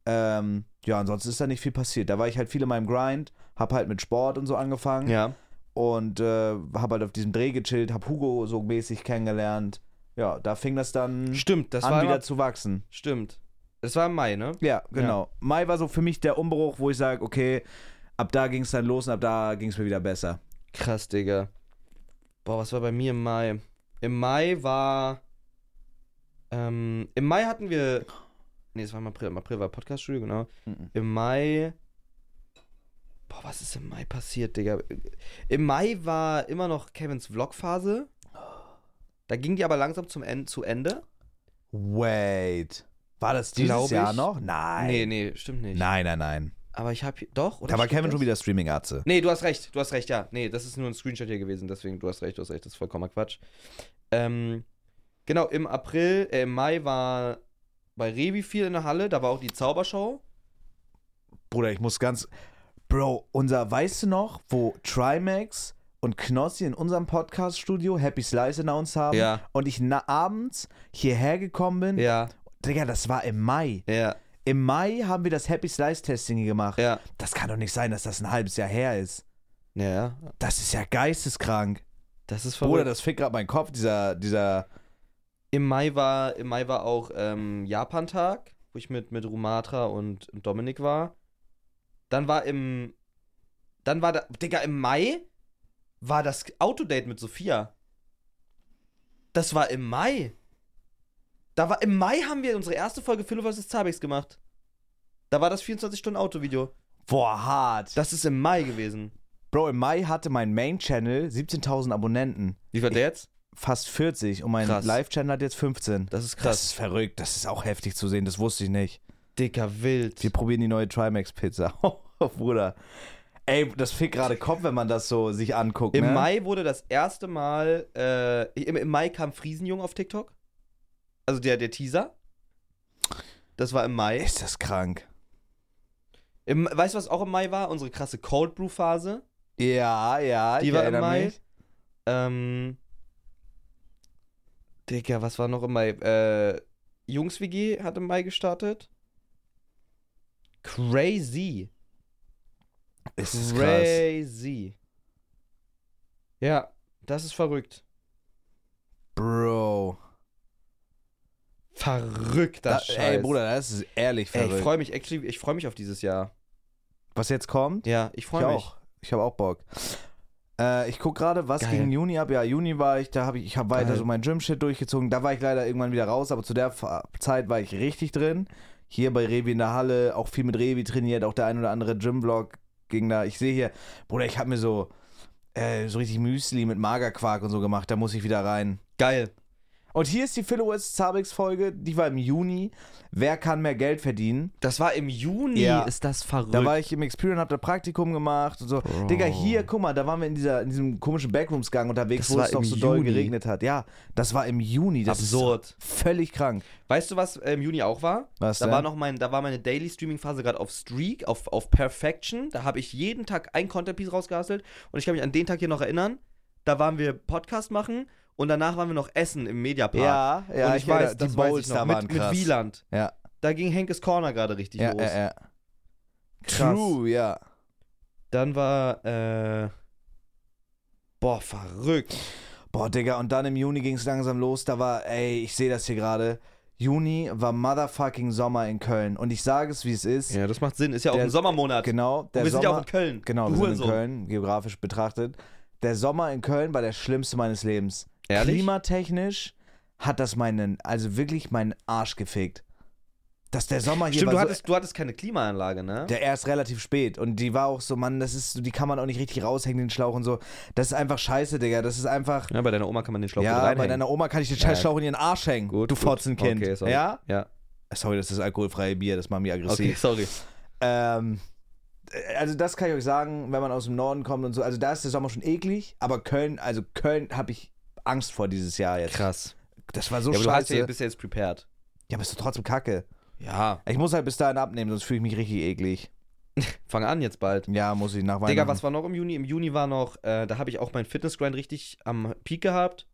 S1: Ähm, ja, ansonsten ist da nicht viel passiert. Da war ich halt viel in meinem Grind, hab halt mit Sport und so angefangen
S2: Ja.
S1: und äh, hab halt auf diesem Dreh gechillt, hab Hugo so mäßig kennengelernt. Ja, da fing das dann
S2: Stimmt, das
S1: an
S2: war
S1: wieder
S2: immer,
S1: zu wachsen.
S2: Stimmt. Das war im Mai, ne?
S1: Ja, genau. Mai war so für mich der Umbruch, wo ich sage, okay, ab da ging es dann los und ab da ging es mir wieder besser.
S2: Krass, Digga. Boah, was war bei mir im Mai? Im Mai war. Ähm, Im Mai hatten wir. Nee, es war im April. Im April war Podcaststudio, genau.
S1: Mhm.
S2: Im Mai. Boah, was ist im Mai passiert, Digga? Im Mai war immer noch Kevins Vlog-Phase. Da ging die aber langsam zum en zu Ende.
S1: Wait. War das dieses
S2: Glaub ich.
S1: Jahr noch? Nein.
S2: Nee, nee, stimmt nicht.
S1: Nein, nein, nein.
S2: Aber ich hab. hier- Doch, oder?
S1: Da war
S2: stimmt
S1: Kevin
S2: das?
S1: schon wieder Streaming-Atze.
S2: Nee, du hast recht, du hast recht, ja. Nee, das ist nur ein Screenshot hier gewesen, deswegen, du hast recht, du hast recht, das ist vollkommener Quatsch. Ähm, genau, im April, äh, im Mai war bei Revi viel in der Halle, da war auch die Zaubershow.
S1: Bruder, ich muss ganz. Bro, unser, weißt du noch, wo Trimax und Knossi in unserem Podcast-Studio Happy Slice announced haben
S2: Ja.
S1: und ich na abends hierher gekommen bin?
S2: Ja,
S1: Digga, das war im Mai.
S2: ja,
S1: Im Mai haben wir das Happy Slice-Testing hier gemacht.
S2: ja.
S1: Das kann doch nicht sein, dass das ein halbes Jahr her ist.
S2: Ja, ja.
S1: Das ist ja geisteskrank.
S2: Das ist
S1: Bruder,
S2: verrückt.
S1: das fickt gerade meinen Kopf, dieser, dieser.
S2: Im Mai war, im Mai war auch ähm, Japan-Tag, wo ich mit, mit Rumatra und Dominik war. Dann war im. Dann war da. Digga, im Mai war das Autodate mit Sophia. Das war im Mai. Da war, Im Mai haben wir unsere erste Folge Philo vs. Zabex gemacht. Da war das 24-Stunden-Autovideo.
S1: Boah, hart.
S2: Das ist im Mai gewesen.
S1: Bro, im Mai hatte mein Main-Channel 17.000 Abonnenten.
S2: Wie war der jetzt?
S1: Fast 40 und mein
S2: Krass.
S1: Live-Channel hat jetzt 15.
S2: Das ist
S1: Das
S2: krass.
S1: ist verrückt, das ist auch heftig zu sehen, das wusste ich nicht.
S2: Dicker Wild.
S1: Wir probieren die neue Trimax-Pizza. Bruder. Ey, das fickt gerade Kopf, wenn man das so sich anguckt.
S2: Im
S1: ne?
S2: Mai wurde das erste Mal, äh, im, im Mai kam Friesenjung auf TikTok. Also der, der Teaser. Das war im Mai.
S1: Ist das krank.
S2: Im, weißt du, was auch im Mai war? Unsere krasse Cold Brew Phase.
S1: Ja, ja,
S2: Die
S1: ich
S2: war im
S1: erinnere
S2: Mai.
S1: mich.
S2: Ähm, Digga, was war noch im Mai? Äh, Jungs WG hat im Mai gestartet. Crazy.
S1: Ist das krass.
S2: Crazy. Ja, das ist verrückt.
S1: Bro.
S2: verrückter
S1: Da-
S2: Scheiß.
S1: ey, Bruder, das ist ehrlich
S2: Ey, ich
S1: verrückt.
S2: freue mich, actually, ich freue mich auf dieses Jahr.
S1: Was jetzt kommt?
S2: Ja, ich
S1: ich
S2: freue mich.
S1: auch. Ich habe auch Bock. Äh, ich guck gerade, was
S2: Geil.
S1: gegen Juni ab. Ja, Juni war ich, da habe ich, ich habe weiter
S2: Geil.
S1: so mein Gym-Shit durchgezogen. Da war ich leider irgendwann wieder raus, aber zu der Fa- Zeit war ich richtig drin. Hier bei Revi in der Halle, auch viel mit Revi trainiert, auch der ein oder andere Gym-Vlog ging da. Ich sehe hier, Bruder, ich habe mir so, äh, so richtig Müsli mit Magerquark und so gemacht. Da muss ich wieder rein.
S2: Geil.
S1: Und hier ist die Philo West Zabix Folge, die war im Juni. Wer kann mehr Geld verdienen?
S2: Das war im Juni,
S1: Ja.
S2: ist das verrückt.
S1: Da war ich im Experience, hab da Praktikum gemacht und so. Digga, hier, guck mal, da waren wir in, dieser, in diesem komischen Backrooms-Gang unterwegs,
S2: Das
S1: wo
S2: war
S1: es doch
S2: im
S1: so doll
S2: Juni.
S1: geregnet hat. Ja, das war im Juni. Das
S2: Absurd.
S1: Ist völlig krank.
S2: Weißt du, was äh, im Juni auch war?
S1: Was
S2: da
S1: denn?
S2: war noch mein, da war meine Daily Streaming Phase gerade auf Streak, auf, auf Perfection. Da habe ich jeden Tag ein Content Piece rausgehastelt und ich kann mich an den Tag hier noch erinnern. Da waren wir Podcast machen und danach waren wir noch essen im Mediapark.
S1: Ja, ja,
S2: und ich,
S1: ich
S2: weiß,
S1: erinnere- die
S2: das weiß ich
S1: Bowls
S2: noch,
S1: da
S2: mit,
S1: waren
S2: mit
S1: krass.
S2: Wieland.
S1: Ja,
S2: Da ging Henkes Corner gerade richtig
S1: ja,
S2: los.
S1: ja, ja.
S2: Krass.
S1: True, ja.
S2: Dann war, äh, boah, verrückt.
S1: Boah, Digga, und dann im Juni ging es langsam los. Da war, ey, ich sehe das hier gerade. Juni war motherfucking Sommer in Köln. Und ich sage es, wie es ist.
S2: Ja, das macht Sinn. Ist ja auch
S1: Der-
S2: ein Sommermonat.
S1: Genau,
S2: und
S1: der
S2: wir sind
S1: Sommer,
S2: ja auch in Köln.
S1: Genau,
S2: Du also.
S1: wir sind in
S2: Hurensohn.
S1: Köln, geografisch betrachtet. Der Sommer in Köln war der schlimmste meines Lebens.
S2: Ehrlich?
S1: Klimatechnisch hat das meinen, also wirklich meinen Arsch gefickt. Dass der Sommer hier
S2: Stimmt, du
S1: war
S2: hattest, du hattest keine Klimaanlage, ne?
S1: so, der erst relativ spät und die war auch so, Mann, das ist, so- die kann man auch nicht richtig raushängen, den Schlauch und so. Das ist einfach scheiße, Digga. Das ist einfach.
S2: ja, bei deiner Oma kann man den Schlauch gut
S1: ja,
S2: reinhängen.
S1: bei deiner Oma kann ich den
S2: Ja,
S1: scheiß Schlauch in ihren Arsch hängen.
S2: Gut,
S1: du
S2: gut.
S1: Fotzenkind.
S2: Okay, sorry.
S1: ja?
S2: Ja.
S1: Sorry, das ist alkoholfreie Bier, das macht mich aggressiv.
S2: sorry.
S1: Ähm, also das kann ich euch sagen, wenn man aus dem Norden kommt und so. Also da ist der Sommer schon eklig, aber Köln, also Köln habe ich Angst vor dieses Jahr jetzt.
S2: Krass.
S1: Das war so
S2: ja, aber du hast
S1: scheiße.
S2: ja,
S1: Ja,
S2: bist ja jetzt prepared.
S1: aber es ist doch trotzdem kacke.
S2: Ja.
S1: Ich muss halt bis dahin abnehmen, sonst fühle ich mich richtig eklig.
S2: Fang an jetzt bald.
S1: Ja, muss ich nach Weihnachten.
S2: Digga, was war noch im Juni? Im Juni war noch, äh, da habe ich auch meinen Fitnessgrind richtig am Peak gehabt.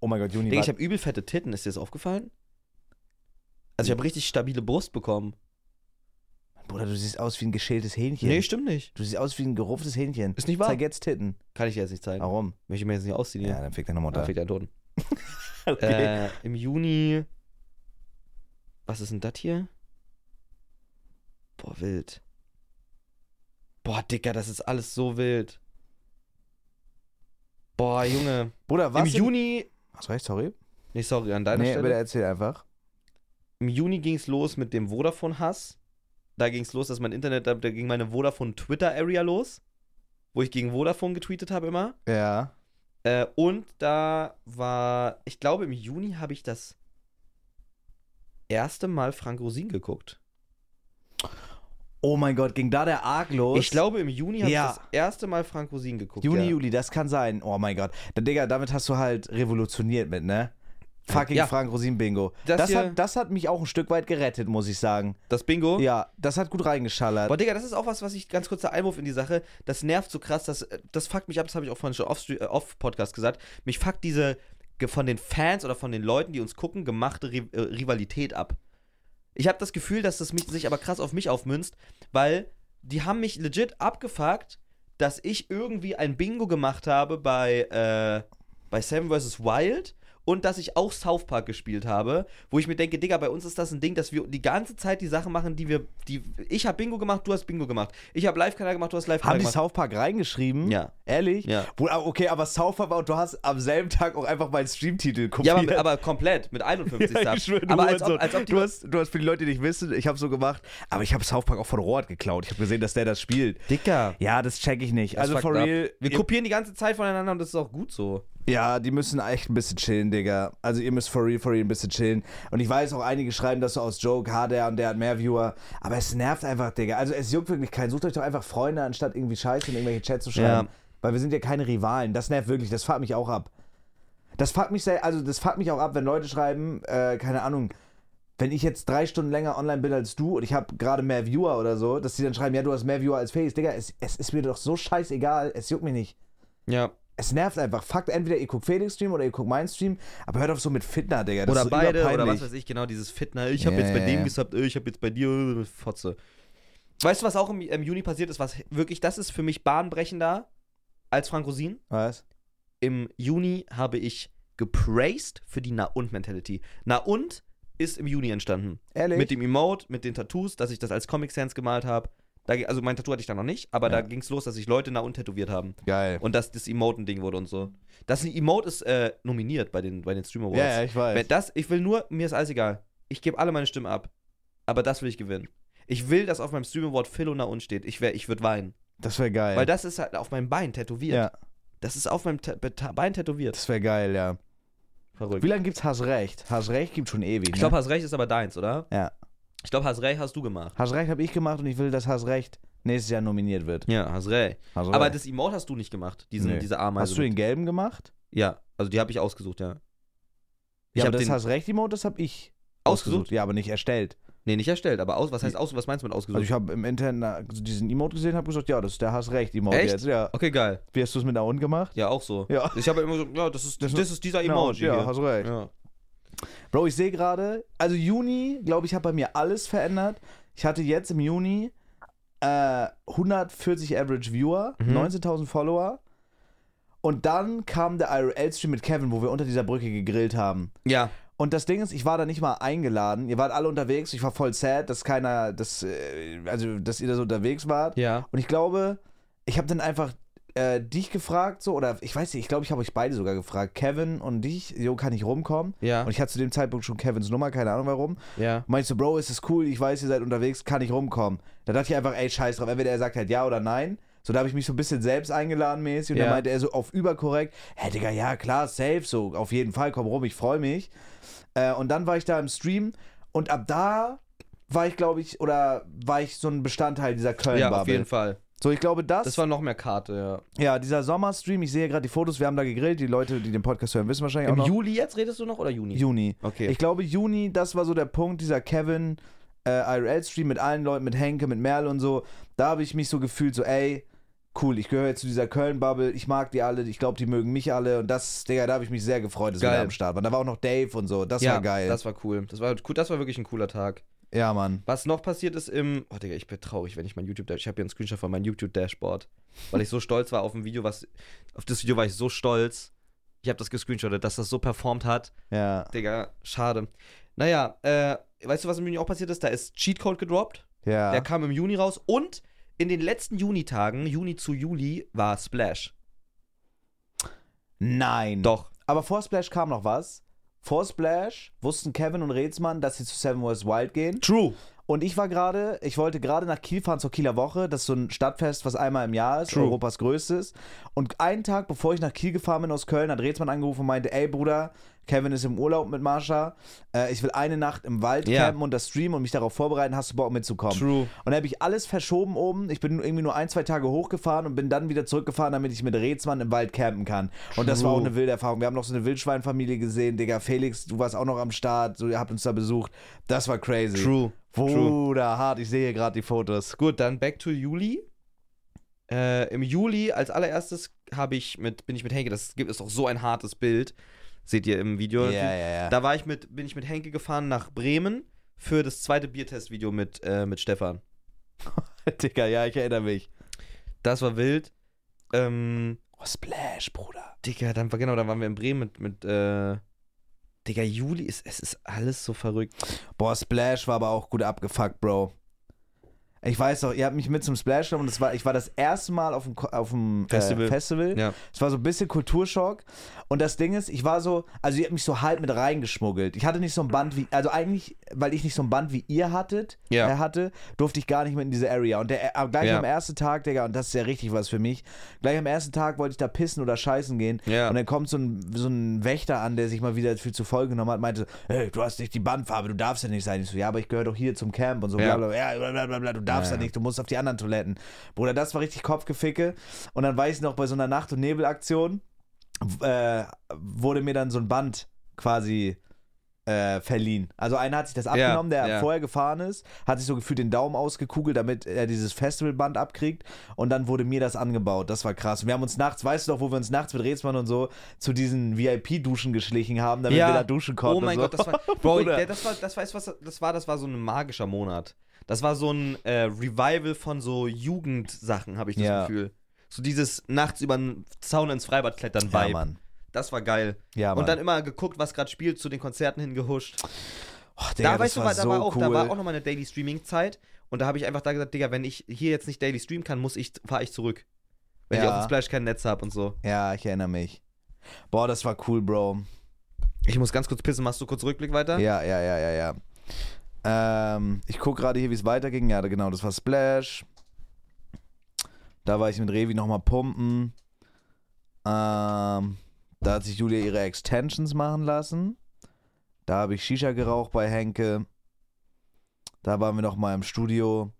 S1: Oh mein Gott, Juni.
S2: Digga,
S1: war-
S2: ich habe übel fette Titten, ist dir das aufgefallen? Also ich habe richtig stabile Brust bekommen.
S1: Bruder, du siehst aus wie ein geschältes Hähnchen.
S2: Nee, stimmt nicht.
S1: du siehst aus wie ein gerupftes Hähnchen.
S2: Ist nicht wahr?
S1: Zeig jetzt Titten.
S2: Kann ich dir jetzt nicht zeigen.
S1: Warum?
S2: Möchte ich mir jetzt nicht ausziehen
S1: Ja,
S2: hier.
S1: dann fick deine
S2: Da
S1: Mutter.
S2: fehlt ein Toten.
S1: Okay.
S2: Äh, Im Juni. Was ist denn das hier? Boah, wild. Boah, Dicker, das ist alles so wild. Boah, Junge.
S1: Bruder, was?
S2: Im Juni.
S1: Hast recht, sorry.
S2: Nee, sorry, an deiner
S1: nee,
S2: Stelle.
S1: bitte erzähl einfach.
S2: Im Juni ging es los mit dem Vodafone-Hass. Da ging es los, dass mein Internet, da da ging meine Vodafone-Twitter-Area los, wo ich gegen Vodafone getweetet habe immer.
S1: Ja.
S2: Äh, und da war, ich glaube, im Juni habe ich das erste Mal Frank Rosin geguckt.
S1: Oh mein Gott, ging da der Arg los?
S2: Ich glaube, im Juni habe
S1: Ja.
S2: ich das erste Mal Frank Rosin geguckt.
S1: Juni,
S2: ja.
S1: Juli, das kann sein. Oh mein Gott. Da, Digga, damit hast du halt revolutioniert mit, ne? Fucking
S2: Ja.
S1: Frank Rosin Bingo.
S2: Das
S1: Das,
S2: hier-
S1: hat, das hat mich auch ein Stück weit gerettet, muss ich sagen.
S2: Das Bingo.
S1: Ja, das hat gut reingeschallert.
S2: Boah, Digga, das ist auch was, was ich ganz kurzer Einwurf in die Sache. Das nervt so krass, das, äh, das fuckt mich ab, das habe ich auch vorhin schon off, äh, off Podcast gesagt. Mich fuckt diese ge- von den Fans oder von den Leuten, die uns gucken, gemachte Ri äh, Rivalität ab. Ich habe das Gefühl, dass das mich, sich aber krass auf mich aufmünzt, weil die haben mich legit abgefuckt, dass ich irgendwie ein Bingo gemacht habe bei, äh, bei Seven vs. Wild und dass ich auch South Park gespielt habe, wo ich mir denke, Digga, bei uns ist das ein Ding, dass wir die ganze Zeit die Sachen machen, die wir, die ich habe Bingo gemacht, du hast Bingo gemacht, ich habe Live-Kanal gemacht, du hast Live-Kanal
S1: Haben die
S2: gemacht.
S1: South Park reingeschrieben?
S2: Ja.
S1: Ehrlich?
S2: Ja.
S1: Wo- ah, okay, aber South Park, war- du hast am selben Tag auch einfach meinen Streamtitel
S2: ja,
S1: kopiert.
S2: aber, aber komplett mit 51
S1: Ja,
S2: Subs.
S1: ich schwöre, du
S2: aber als ob,
S1: Hurensohn.
S2: als ob die
S1: du, hast, du hast für die Leute, die nicht wissen, ich habe so gemacht, aber ich habe South Park auch von Rohrert geklaut. Ich habe gesehen, dass der das spielt.
S2: Dicker.
S1: Ja, das check ich nicht.
S2: Das
S1: also for
S2: fuckt ab.
S1: real,
S2: Wir
S1: ihr-
S2: kopieren die ganze Zeit voneinander und das ist auch gut so.
S1: Ja, die müssen echt ein bisschen chillen, Digga. Also ihr müsst for real, for real ein bisschen chillen. Und ich weiß auch, einige schreiben das so aus Joke, ha, der und der hat mehr Viewer. Aber es nervt einfach, Digga. Also es juckt wirklich keinen. Sucht euch doch einfach Freunde, anstatt irgendwie Scheiße in irgendwelche Chats zu schreiben.
S2: Ja.
S1: Weil wir sind ja keine Rivalen. Das nervt wirklich, das fuckt mich auch ab. Das fuckt mich sehr, also das fuckt mich auch ab, wenn Leute schreiben, äh, keine Ahnung, wenn ich jetzt drei Stunden länger online bin als du und ich habe gerade mehr Viewer oder so, dass die dann schreiben, ja, du hast mehr Viewer als Face. Digga, es, es ist mir doch so scheißegal, es juckt mich nicht
S2: Ja.
S1: es nervt einfach. Fakt, entweder ihr guckt Felix Stream oder ihr guckt meinen Stream, aber hört auf so mit Fitner, Digga. Das
S2: Oder
S1: ist so
S2: beide oder
S1: überpeinlich.
S2: was weiß ich, genau, dieses Fitner, ich habe
S1: Ja,
S2: jetzt bei
S1: ja,
S2: dem
S1: ja.
S2: gesubbt, äh, ich habe jetzt bei dir, äh, Fotze. Weißt du, was auch im, im Juni passiert ist, was wirklich, das ist für mich bahnbrechender als Frank Rosin?
S1: was?
S2: Im Juni habe ich gepraised für die Na-und-Mentality. Na-und ist im Juni entstanden.
S1: Ehrlich?
S2: Mit dem Emote, mit den Tattoos, dass ich das als Comic Sans gemalt habe. Da, ge- also mein Tattoo hatte ich da noch nicht, aber da
S1: Ja.
S2: ging es los, dass sich Leute nah untätowiert haben.
S1: Geil.
S2: Und dass das Emote ein Ding wurde und so. Das Emote ist äh, nominiert bei den, bei den Stream Awards.
S1: ja, ja, ich weiß.
S2: Wenn das, ich will nur, mir ist alles egal. Ich gebe alle meine Stimmen ab. Aber das will ich gewinnen. Ich will, dass auf meinem Stream Award Philo nach uns steht. Ich, wär- ich würde weinen.
S1: Das wäre geil.
S2: Weil das ist halt auf meinem Bein tätowiert.
S1: ja,
S2: Das ist auf meinem Ta Ta Bein tätowiert.
S1: das wäre geil, ja.
S2: Verrückt.
S1: Wie lange gibt's Hass Recht? Hass Recht gibt schon ewig.
S2: Ich glaube,
S1: ne?
S2: Has Recht ist aber deins, oder?
S1: Ja.
S2: Ich glaube, Has Recht hast du gemacht.
S1: Hass Recht habe ich gemacht und ich will, dass Hass Recht nächstes Jahr nominiert wird.
S2: Ja, Has Recht.
S1: Hass
S2: Aber
S1: Recht.
S2: das Emote hast du nicht gemacht, diesen,
S1: Nee.
S2: diese Ameise.
S1: Hast du den gelben gemacht?
S2: Ja, also die habe ich ausgesucht, ja. Ich
S1: ja,
S2: hab
S1: aber das
S2: den-
S1: Hass Recht Emote, das habe ich
S2: Ausgesucht?
S1: Ja, aber nicht erstellt.
S2: Nee, nicht erstellt, aber aus, was heißt aus, was meinst du mit ausgesucht?
S1: Also ich habe im Internet na- diesen Emote gesehen, habe gesagt, ja, das ist der Hass Recht Emote
S2: Echt?
S1: jetzt. Ja.
S2: okay, geil.
S1: Wie hast du es mit Naun gemacht?
S2: Ja, auch so.
S1: Ja.
S2: Ich habe immer so, ja, das ist, das,
S1: Das-
S2: ist dieser Emoji.
S1: ja,
S2: hier.
S1: Hass Recht.
S2: ja.
S1: Bro, ich sehe gerade, also Juni, glaube ich, hat bei mir alles verändert. Ich hatte jetzt im Juni äh, 140 Average Viewer,
S2: Mhm.
S1: 19.000 Follower. Und dann kam der IRL-Stream mit Kevin, wo wir unter dieser Brücke gegrillt haben.
S2: ja.
S1: Und das Ding ist, ich war da nicht mal eingeladen. Ihr wart alle unterwegs. Ich war voll sad, dass keiner, dass, äh, also, dass ihr da so unterwegs wart.
S2: Ja.
S1: Und ich glaube, ich habe dann einfach äh, dich gefragt, so, oder ich weiß nicht, ich glaube, ich habe euch beide sogar gefragt. Kevin und dich, jo, kann ich rumkommen?
S2: Ja.
S1: Und ich hatte zu dem Zeitpunkt schon Kevins Nummer, keine Ahnung warum.
S2: Ja.
S1: Meinst du, Bro, ist es cool, ich weiß, ihr seid unterwegs, kann ich rumkommen? Da dachte ich einfach, ey, scheiß drauf, entweder er sagt halt ja oder nein. So, da habe ich mich so ein bisschen selbst eingeladen mäßig und
S2: Ja.
S1: dann meinte er so auf überkorrekt, hä, Digga, ja, klar, safe, so, auf jeden Fall, komm rum, ich freue mich. Äh, und dann war ich da im Stream und ab da war ich, glaube ich, oder war ich so ein Bestandteil dieser
S2: Ja, auf jeden
S1: Köln-Bubble.
S2: Fall.
S1: so, ich glaube, das,
S2: Das war noch mehr Karte, ja.
S1: ja, dieser Sommerstream, ich sehe gerade die Fotos, wir haben da gegrillt, die Leute, die den Podcast hören, wissen wahrscheinlich
S2: Im
S1: auch noch.
S2: Juli jetzt redest du noch oder Juni?
S1: Juni.
S2: Okay.
S1: Ich glaube, Juni, das war so der Punkt, dieser Kevin äh, IRL-Stream mit allen Leuten, mit Henke, mit Merl und so. Da habe ich mich so gefühlt, so, ey, cool, ich gehöre jetzt zu dieser Köln-Bubble, ich mag die alle, ich glaube, die mögen mich alle. Und das, Digga, da habe ich mich sehr gefreut, dass wir
S2: Geil.
S1: da am Start waren. Da war auch noch Dave und so, das
S2: ja,
S1: war geil.
S2: Das war cool. Das war, cool. das war wirklich ein cooler Tag.
S1: ja, Mann.
S2: Was noch passiert ist im. Oh, Digga, ich bin traurig, wenn ich mein YouTube. Ich habe hier einen Screenshot von meinem YouTube-Dashboard. Weil ich so stolz war auf ein Video, was. Auf das Video war ich so stolz. Ich habe das gescreenshottet, dass das so performt hat.
S1: Ja,
S2: Digga, schade. Naja, äh, weißt du, was im Juni auch passiert ist? Da ist Cheatcode gedroppt.
S1: ja.
S2: Der kam im Juni raus. Und in den letzten Junitagen, Juni zu Juli, war Splash.
S1: Nein.
S2: Doch.
S1: Aber vor Splash kam noch was. Vor Splash wussten Kevin und Rätsmann, dass sie zu Seven Wars Wild gehen.
S2: True.
S1: Und ich war gerade, ich wollte gerade nach Kiel fahren zur Kieler Woche. Das ist so ein Stadtfest, was einmal im Jahr ist,
S2: True.
S1: Europas größtes. Und einen Tag, bevor ich nach Kiel gefahren bin aus Köln, hat Rätsmann angerufen und meinte, ey Bruder, Kevin ist im Urlaub mit Marsha. Äh, ich will eine Nacht im Wald
S2: Ja.
S1: campen und das streamen und mich darauf vorbereiten. Hast du Bock mitzukommen?
S2: True.
S1: Und da habe ich alles verschoben oben. Ich bin irgendwie nur ein, zwei Tage hochgefahren und bin dann wieder zurückgefahren, damit ich mit Rätsmann im Wald campen kann. Und das war auch
S2: True.
S1: eine wilde Erfahrung. Wir haben noch so eine Wildschweinfamilie gesehen. Digga, Felix, du warst auch noch am Start. So, ihr habt uns da besucht. Das war crazy.
S2: True. True.
S1: Bruder, hart. Ich sehe hier gerade die Fotos.
S2: Gut, dann back to Juli. Äh, Im Juli als allererstes habe ich mit, bin ich mit Henke, das gibt ist doch so ein hartes Bild. Seht ihr im Video.
S1: ja.
S2: Da war ich mit, bin ich mit Henke gefahren nach Bremen für das zweite Biertestvideo mit, äh, mit Stefan.
S1: Digga, ja, ich erinnere mich.
S2: Das war wild. Ähm,
S1: Oh, Splash, Bruder.
S2: Digga, dann war genau, dann waren wir in Bremen mit, mit äh, Digga, Juli ist, es ist alles so verrückt.
S1: Boah, Splash war aber auch gut abgefuckt, Bro. Ich weiß doch, ihr habt mich mit zum Splash genommen und das war, ich war das erste Mal auf dem, Ko- auf dem
S2: Festival.
S1: Äh, Festival.
S2: Ja.
S1: Es war so ein bisschen Kulturschock. Und das Ding ist, ich war so, also ihr habt mich so halb mit reingeschmuggelt. Ich hatte nicht so ein Band wie, also eigentlich, weil ich nicht so ein Band wie ihr hattet,
S2: Ja.
S1: äh, hatte, durfte ich gar nicht mit in diese Area. Und der, äh, gleich
S2: Ja.
S1: am ersten Tag, Digga, und das ist ja richtig was für mich, gleich am ersten Tag wollte ich da pissen oder scheißen gehen.
S2: Ja.
S1: Und dann kommt so ein, so ein Wächter an, der sich mal wieder viel zu voll genommen hat, meinte, hey, du hast nicht die Bandfarbe, du darfst ja nicht sein. Ich so, ja, aber ich gehöre doch hier zum Camp und so,
S2: Ja.
S1: ja. bla, bla, ja, bla, bla, bla, bla, du darfst
S2: Ja.
S1: ja nicht, du musst auf die anderen Toiletten. Bruder, das war richtig Kopfgeficke. Und dann weiß ich noch, bei so einer Nacht- und Nebelaktion äh, wurde mir dann so ein Band quasi äh, verliehen. Also einer hat sich das abgenommen, der
S2: ja.
S1: vorher gefahren ist, hat sich so gefühlt den Daumen ausgekugelt, damit er dieses Festivalband abkriegt und dann wurde mir das angebaut. Das war krass. Und wir haben uns nachts, weißt du doch, wo wir uns nachts mit Rätsmann und so zu diesen VIP-Duschen geschlichen haben, damit wir da duschen konnten.
S2: Oh mein
S1: und so.
S2: Gott, das war, Bro,
S1: Bruder.
S2: der, das war, das war, das war, das war, das war so ein magischer Monat. Das war so ein äh, Revival von so Jugendsachen, habe ich das
S1: Ja.
S2: Gefühl. So dieses nachts über den Zaun ins Freibad klettern
S1: ja,
S2: Vibe.
S1: Mann.
S2: Das war geil.
S1: Ja, Mann.
S2: Und dann immer geguckt, was gerade spielt, zu den Konzerten hingehuscht.
S1: Och, Oh, Digga,
S2: da weißt
S1: das
S2: du,
S1: war
S2: war, da,
S1: so
S2: war auch,
S1: cool.
S2: da war auch nochmal eine Daily Streaming Zeit und da habe ich einfach da gesagt, Digga, wenn ich hier jetzt nicht Daily Stream kann, muss ich, fahre ich zurück. Wenn ich
S1: Ja.
S2: auf dem Splash kein Netz habe und so.
S1: ja, ich erinnere mich. Boah, das war cool, Bro.
S2: Ich muss ganz kurz pissen, machst du kurz Rückblick weiter?
S1: Ja, ja, ja, ja, ja. Ähm, ich gucke gerade hier, wie es weiterging. Ja, genau, das war Splash. Da war ich mit Revi nochmal pumpen. Ähm, da hat sich Julia ihre Extensions machen lassen. Da habe ich Shisha geraucht bei Henke. Da waren wir nochmal im Studio.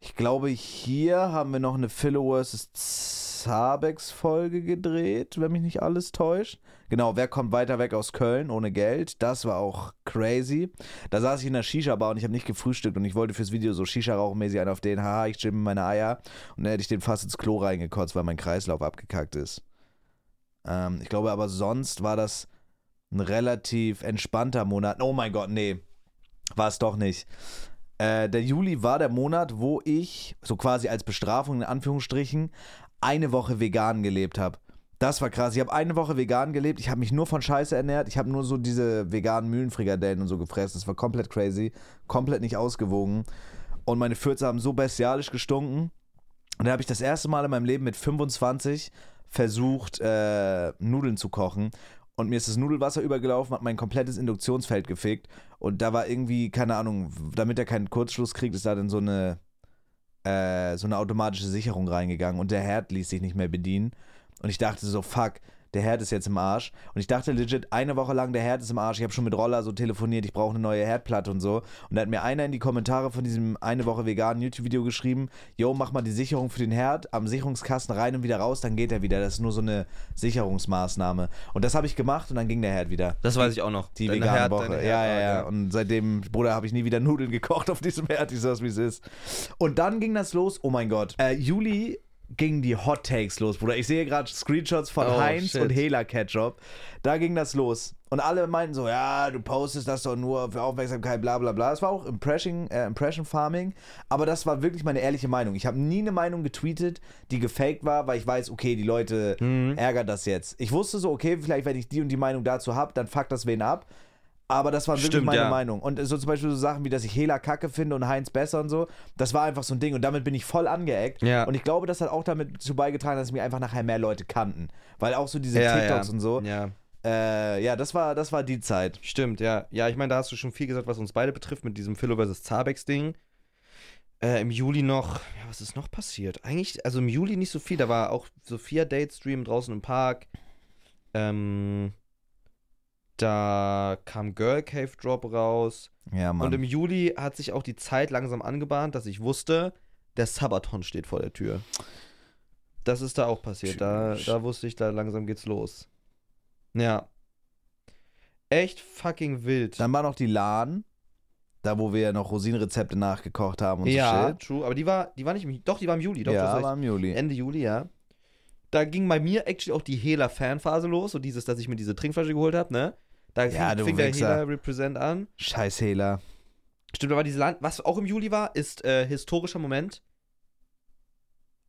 S1: Ich glaube, hier haben wir noch eine Followers Zabex Folge gedreht, wenn mich nicht alles täuscht. Genau, wer kommt weiter weg aus Köln ohne Geld? Das war auch crazy. Da saß ich in der Shisha-Bar und ich habe nicht gefrühstückt und ich wollte fürs Video so Shisha-Rauchmäßig einen auf den, haha, ich chimme meine Eier. Und dann hätte ich den fast ins Klo reingekotzt, weil mein Kreislauf abgekackt ist. Ähm, ich glaube aber sonst war das ein relativ entspannter Monat. Oh mein Gott, nee. War es doch nicht. Äh, der Juli war der Monat, wo ich, so quasi als Bestrafung in Anführungsstrichen, eine Woche vegan gelebt habe. Das war krass. Ich habe eine Woche vegan gelebt. Ich habe mich nur von Scheiße ernährt. Ich habe nur so diese veganen Mühlenfrikadellen und so gefressen. Das war komplett crazy. Komplett nicht ausgewogen. Und meine Fürze haben so bestialisch gestunken. Und da habe ich das erste Mal in meinem Leben mit 25 versucht, äh, Nudeln zu kochen. Und mir ist das Nudelwasser übergelaufen, hat mein komplettes Induktionsfeld gefegt. Und da war irgendwie, keine Ahnung, damit er keinen Kurzschluss kriegt, ist da dann so eine, äh, so eine automatische Sicherung reingegangen. Und der Herd ließ sich nicht mehr bedienen. Und ich dachte so, fuck, der Herd ist jetzt im Arsch. Und ich dachte legit, eine Woche lang, der Herd ist im Arsch. Ich habe schon mit Roller so telefoniert, ich brauche eine neue Herdplatte und so. Und da hat mir einer in die Kommentare von diesem eine Woche veganen YouTube-Video geschrieben, yo, mach mal die Sicherung für den Herd am Sicherungskasten rein und wieder raus, dann geht er wieder. Das ist nur so eine Sicherungsmaßnahme. Und das habe ich gemacht und dann ging der Herd wieder.
S2: Das weiß ich auch noch.
S1: Die
S2: Deine
S1: vegane
S2: Herd- ah,
S1: Woche.
S2: deine
S1: ja, ja, ja.
S2: Herdfrage.
S1: Und seitdem, Bruder, habe ich nie wieder Nudeln gekocht auf diesem Herd. Ich sag's, wie es ist. Und dann ging das los. Oh mein Gott. Äh, Juli gingen die Hot Takes los, Bruder. Ich sehe gerade Screenshots von
S2: Oh,
S1: Heinz
S2: shit.
S1: und Hela Ketchup. Da ging das los. Und alle meinten so, ja, du postest das doch nur für Aufmerksamkeit, bla bla bla. Das war auch Impression, äh, Impression Farming. Aber das war wirklich meine ehrliche Meinung. Ich habe nie eine Meinung getweetet, die gefaked war, weil ich weiß, okay, die Leute
S2: Mhm.
S1: ärgern das jetzt. Ich wusste so, okay, vielleicht, wenn ich die und die Meinung dazu habe, dann fuck das wen ab. Aber das war wirklich
S2: Stimmt,
S1: meine
S2: ja.
S1: Meinung. Und so zum Beispiel so Sachen wie, dass ich Hela kacke finde und Heinz besser und so, das war einfach so ein Ding. Und damit bin ich voll angeeckt.
S2: Ja.
S1: Und ich glaube, das hat auch damit dazu beigetragen, dass mich einfach nachher mehr Leute kannten. Weil auch so diese
S2: Ja,
S1: TikToks
S2: ja.
S1: und so.
S2: Ja,
S1: Äh, ja, das war, das war die Zeit.
S2: stimmt, ja. Ja, ich meine, da hast du schon viel gesagt, was uns beide betrifft, mit diesem Philo vs. Zabex-Ding. Äh, Im Juli noch, ja, was ist noch passiert? Eigentlich, also im Juli nicht so viel. Da war auch Sophia Date Stream draußen im Park. Ähm, da kam Girl Cave Drop raus.
S1: Ja, Mann.
S2: Und im Juli hat sich auch die Zeit langsam angebahnt, dass ich wusste, der Sabaton steht vor der Tür. Das ist da auch passiert. Da, da wusste ich, da langsam geht's los. Ja. Echt fucking wild.
S1: Dann war noch die LAN, da wo wir noch Rosinenrezepte nachgekocht haben und so
S2: ja,
S1: shit.
S2: true. Aber die war, die war nicht im, doch, die war im Juli. Doch,
S1: ja,
S2: das
S1: war im Juli.
S2: Ende Juli, ja. Da ging bei mir actually auch die Hela-Fanphase los. So dieses, dass ich mir diese Trinkflasche geholt habe, ne? Da
S1: Ja,
S2: fing,
S1: du
S2: fing der
S1: Wichser.
S2: Hela-Represent an.
S1: Scheiß Hela.
S2: Stimmt, aber diese Land, was auch im Juli war, ist äh, historischer Moment.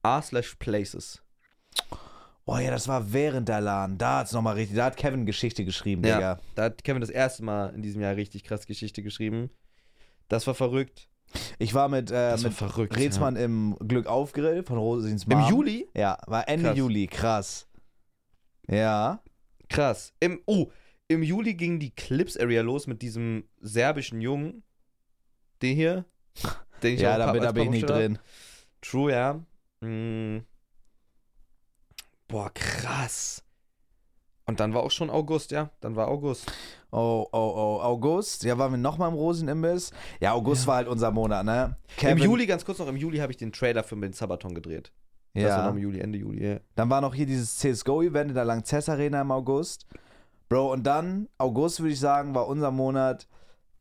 S2: R slash Places.
S1: Oh ja, das war während der LAN. Da hat's nochmal richtig, da hat Kevin Geschichte geschrieben,
S2: Ja.
S1: Digga.
S2: Da hat Kevin das erste Mal in diesem Jahr richtig krass Geschichte geschrieben. Das war verrückt.
S1: Ich war mit, äh,
S2: Das
S1: mit
S2: war verrückt.
S1: Rezmann im Glück auf Grill von Rosins
S2: ja.
S1: Mom.
S2: Im Juli?
S1: Ja, war Ende
S2: Krass.
S1: Juli, krass. Ja.
S2: Krass. Im, oh, im Juli ging die Clips-Area los mit diesem serbischen Jungen. Den hier. Den
S1: ja,
S2: auch pa-
S1: damit
S2: als
S1: da bin ich nicht
S2: Pappumsteller-
S1: drin.
S2: True, ja. Mm. Boah, krass. Und dann war auch schon August, ja. Dann war August.
S1: Oh, oh, oh, August. Ja, waren wir nochmal im Rosenimbiss. Ja, August war halt unser Monat, ne? Kevin,
S2: Im Juli, ganz kurz noch, im Juli habe ich den Trailer für den Sabaton gedreht. Das war noch
S1: Ja.
S2: im Juli, Ende Juli. Ja.
S1: Dann war noch hier dieses CSGO-Event in der Lanxess Arena im August. Bro, und dann, August würde ich sagen, war unser Monat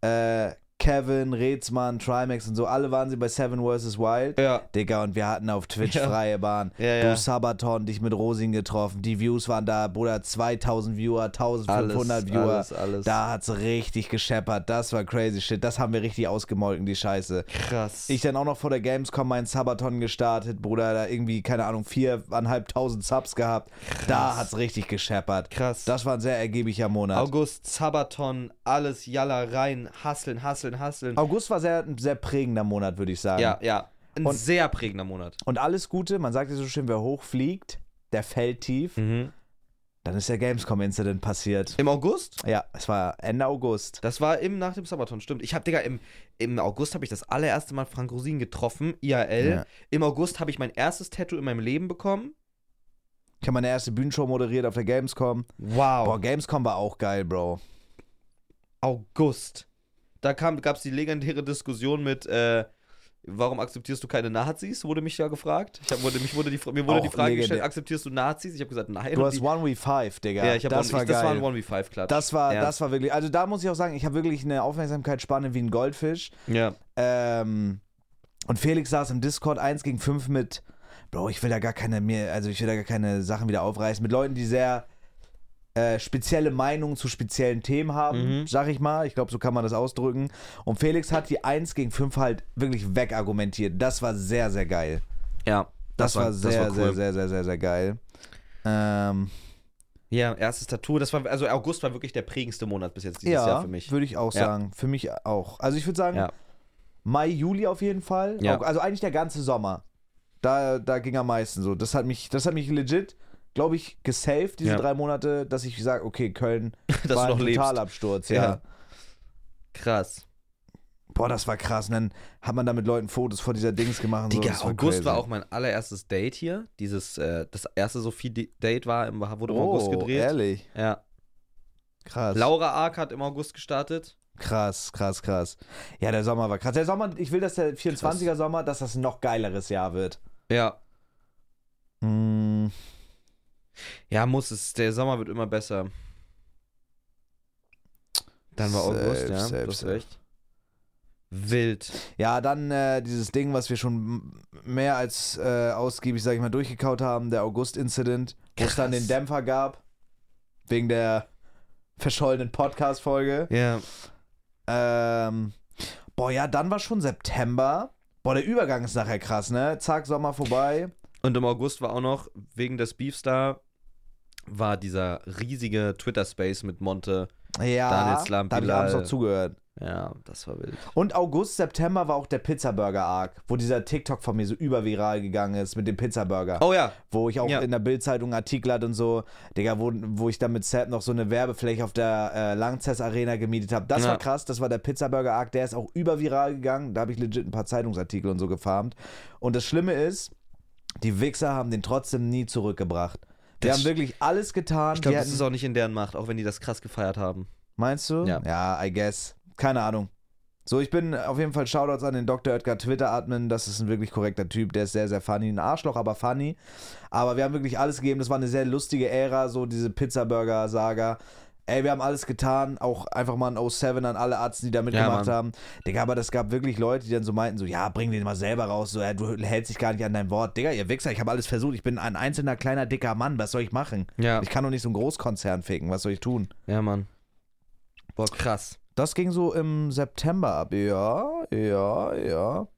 S1: äh, Kevin, Rezmann, Trimax und so, alle waren sie bei Seven vs. Wild.
S2: Ja.
S1: Digga, und wir hatten auf Twitch
S2: Ja.
S1: freie Bahn.
S2: Ja,
S1: Du
S2: ja.
S1: Sabaton, dich mit Rosin getroffen. Die Views waren da, Bruder, 2000 Viewer, 1500
S2: Alles,
S1: Viewer.
S2: alles, alles.
S1: Da hat's richtig gescheppert. Das war crazy shit. Das haben wir richtig ausgemolken, die Scheiße.
S2: Krass.
S1: Ich dann auch noch vor der Gamescom meinen Sabaton gestartet, Bruder, da irgendwie, keine Ahnung, viereinhalbtausend Subs gehabt. Da hat's richtig gescheppert.
S2: Krass.
S1: Das war ein sehr ergiebiger Monat.
S2: August, Sabaton, alles, Jalla, rein, hasseln, hasseln, hasseln.
S1: August war sehr, ein sehr prägender Monat, würde ich sagen.
S2: Ja, ja. Ein
S1: Und-
S2: sehr prägender Monat.
S1: Und alles Gute, man sagt ja so schön, wer hochfliegt, der fällt tief. Dann ist der Gamescom-Incident passiert.
S2: Im August?
S1: Ja, es war Ende August.
S2: Das war im nach dem Sabaton, stimmt. Ich habe, Digga, im, im August habe ich das allererste Mal Frank Rosin getroffen, IRL.
S1: Ja.
S2: Im August habe ich mein erstes Tattoo in meinem Leben bekommen.
S1: Ich habe meine erste Bühnenshow moderiert auf der Gamescom.
S2: Wow.
S1: Boah, Gamescom war auch geil, Bro.
S2: August. Da gab es die legendäre Diskussion mit, äh, warum akzeptierst du keine Nazis? Wurde mich ja gefragt. Ich hab, wurde, mich wurde die, Fra- mir wurde
S1: Auch
S2: die Frage
S1: legendär.
S2: gestellt, akzeptierst du Nazis? Ich habe gesagt, nein.
S1: Du
S2: Und
S1: hast
S2: die,
S1: One We Five, Digga.
S2: ja, ich hab
S1: das,
S2: one,
S1: war
S2: ich, das war
S1: geil.
S2: ein 1v5-Klatsch.
S1: das war,
S2: ja.
S1: das war wirklich, also da muss ich auch sagen, ich habe wirklich eine Aufmerksamkeitsspanne wie ein Goldfisch.
S2: Ja.
S1: Ähm, und Felix saß im Discord 1 gegen 5 mit, Bro, ich will da gar keine mehr, also ich will da gar keine Sachen wieder aufreißen, mit Leuten, die sehr äh, spezielle Meinungen zu speziellen Themen haben,
S2: Mhm.
S1: sag ich mal. Ich glaube, so kann man das ausdrücken. Und Felix hat die 1 gegen 5 halt wirklich wegargumentiert. Das war sehr, sehr geil.
S2: Ja.
S1: Das, war, sehr,
S2: cool.
S1: sehr, sehr, sehr, sehr, sehr geil. Ähm,
S2: Ja, erstes Tattoo. Das war, also August war wirklich der prägendste Monat bis jetzt dieses Jahr
S1: ja,
S2: für mich.
S1: würde ich auch
S2: Ja.
S1: sagen. Für mich auch. Also ich würde sagen,
S2: Ja.
S1: Mai, Juli auf jeden Fall.
S2: Ja.
S1: Auch- Also eigentlich der ganze Sommer. Da, da ging am meisten so. Das hat mich, das hat mich legit, glaube ich, gesaved, diese
S2: Ja.
S1: drei Monate, dass ich sage, okay, Köln
S2: Dass
S1: war
S2: du noch
S1: ein
S2: lebst.
S1: Totalabsturz, ja.
S2: Ja. Krass.
S1: Boah, das war krass. Und dann hat man da mit Leuten Fotos vor dieser Dings gemacht. Und so.
S2: Digga,
S1: Also Das
S2: August
S1: crazy.
S2: war auch mein allererstes Date hier. Dieses, äh, das erste Sophie-Date war im, wurde im
S1: oh,
S2: August gedreht.
S1: Ehrlich.
S2: Ja.
S1: Krass.
S2: Laura Ark hat im August gestartet.
S1: krass, krass, krass. Ja, der Sommer war krass. Der Sommer, ich will, dass der 24er Sommer, dass das ein noch geileres Jahr wird.
S2: Ja. Hm.
S1: Mm,
S2: Ja, muss es. Der Sommer wird immer besser. Dann war
S1: Safe,
S2: August, ja.
S1: safe,
S2: du hast
S1: safe.
S2: recht. Wild.
S1: Ja, dann äh, dieses Ding, was wir schon m- mehr als äh, ausgiebig, sag ich mal, durchgekaut haben, der August-Incident, wo es
S2: Krass.
S1: dann den Dämpfer gab, wegen der verschollenen Podcast-Folge.
S2: Ja.
S1: Ähm, boah, ja, dann war schon September. Boah, der Übergang ist nachher krass, ne? Zack, Sommer vorbei.
S2: Und im August war auch noch, wegen des Beefstar, war dieser riesige Twitter-Space mit Monte.
S1: Ja,
S2: Daniel Slam,
S1: da habe ich
S2: Bilal.
S1: abends noch zugehört.
S2: Ja, das war wild.
S1: Und August, September war auch der Pizza-Burger-Arc, wo dieser TikTok von mir so überviral gegangen ist mit dem Pizza-Burger.
S2: Oh ja.
S1: wo ich auch
S2: Ja.
S1: in der Bildzeitung Artikel hatte und so, Digga, wo, wo ich dann mit Sepp noch so eine Werbefläche auf der äh, Lanxess Arena gemietet habe. Das
S2: Ja.
S1: war krass, das war der Pizzaburger Arc, der ist auch überviral gegangen. Da habe ich legit ein paar Zeitungsartikel und so gefarmt. Und das Schlimme ist, die Wichser haben den trotzdem nie zurückgebracht. Wir
S2: Das
S1: haben
S2: st-
S1: wirklich alles getan.
S2: Ich glaube,
S1: Wir
S2: das
S1: hätten-
S2: ist auch nicht in deren Macht, auch wenn die das krass gefeiert haben.
S1: Meinst du?
S2: Ja.
S1: I guess. Keine Ahnung. So, ich bin auf jeden Fall Shoutouts an den Dr. Oetker Twitter-Admin. Das ist ein wirklich korrekter Typ. Der ist sehr, sehr funny. Ein Arschloch, aber funny. Aber wir haben wirklich alles gegeben. Das war eine sehr lustige Ära, so diese Pizza-Burger-Saga. Ey, wir haben alles getan. Auch einfach mal ein 07 an alle Arzten, die da mitgemacht
S2: Mann.
S1: haben. Digga, aber das gab wirklich Leute, die dann so meinten, so, ja, bring den mal selber raus. So, ja, du hältst dich gar nicht an dein Wort. Digga, ihr Wichser, ich habe alles versucht. Ich bin ein einzelner, kleiner, dicker Mann. Was soll ich machen?
S2: Ja.
S1: Ich kann doch nicht so einen Großkonzern ficken. Was soll ich tun?
S2: Ja, Mann. Boah, krass.
S1: Das ging so im September ab. Ja, ja, ja.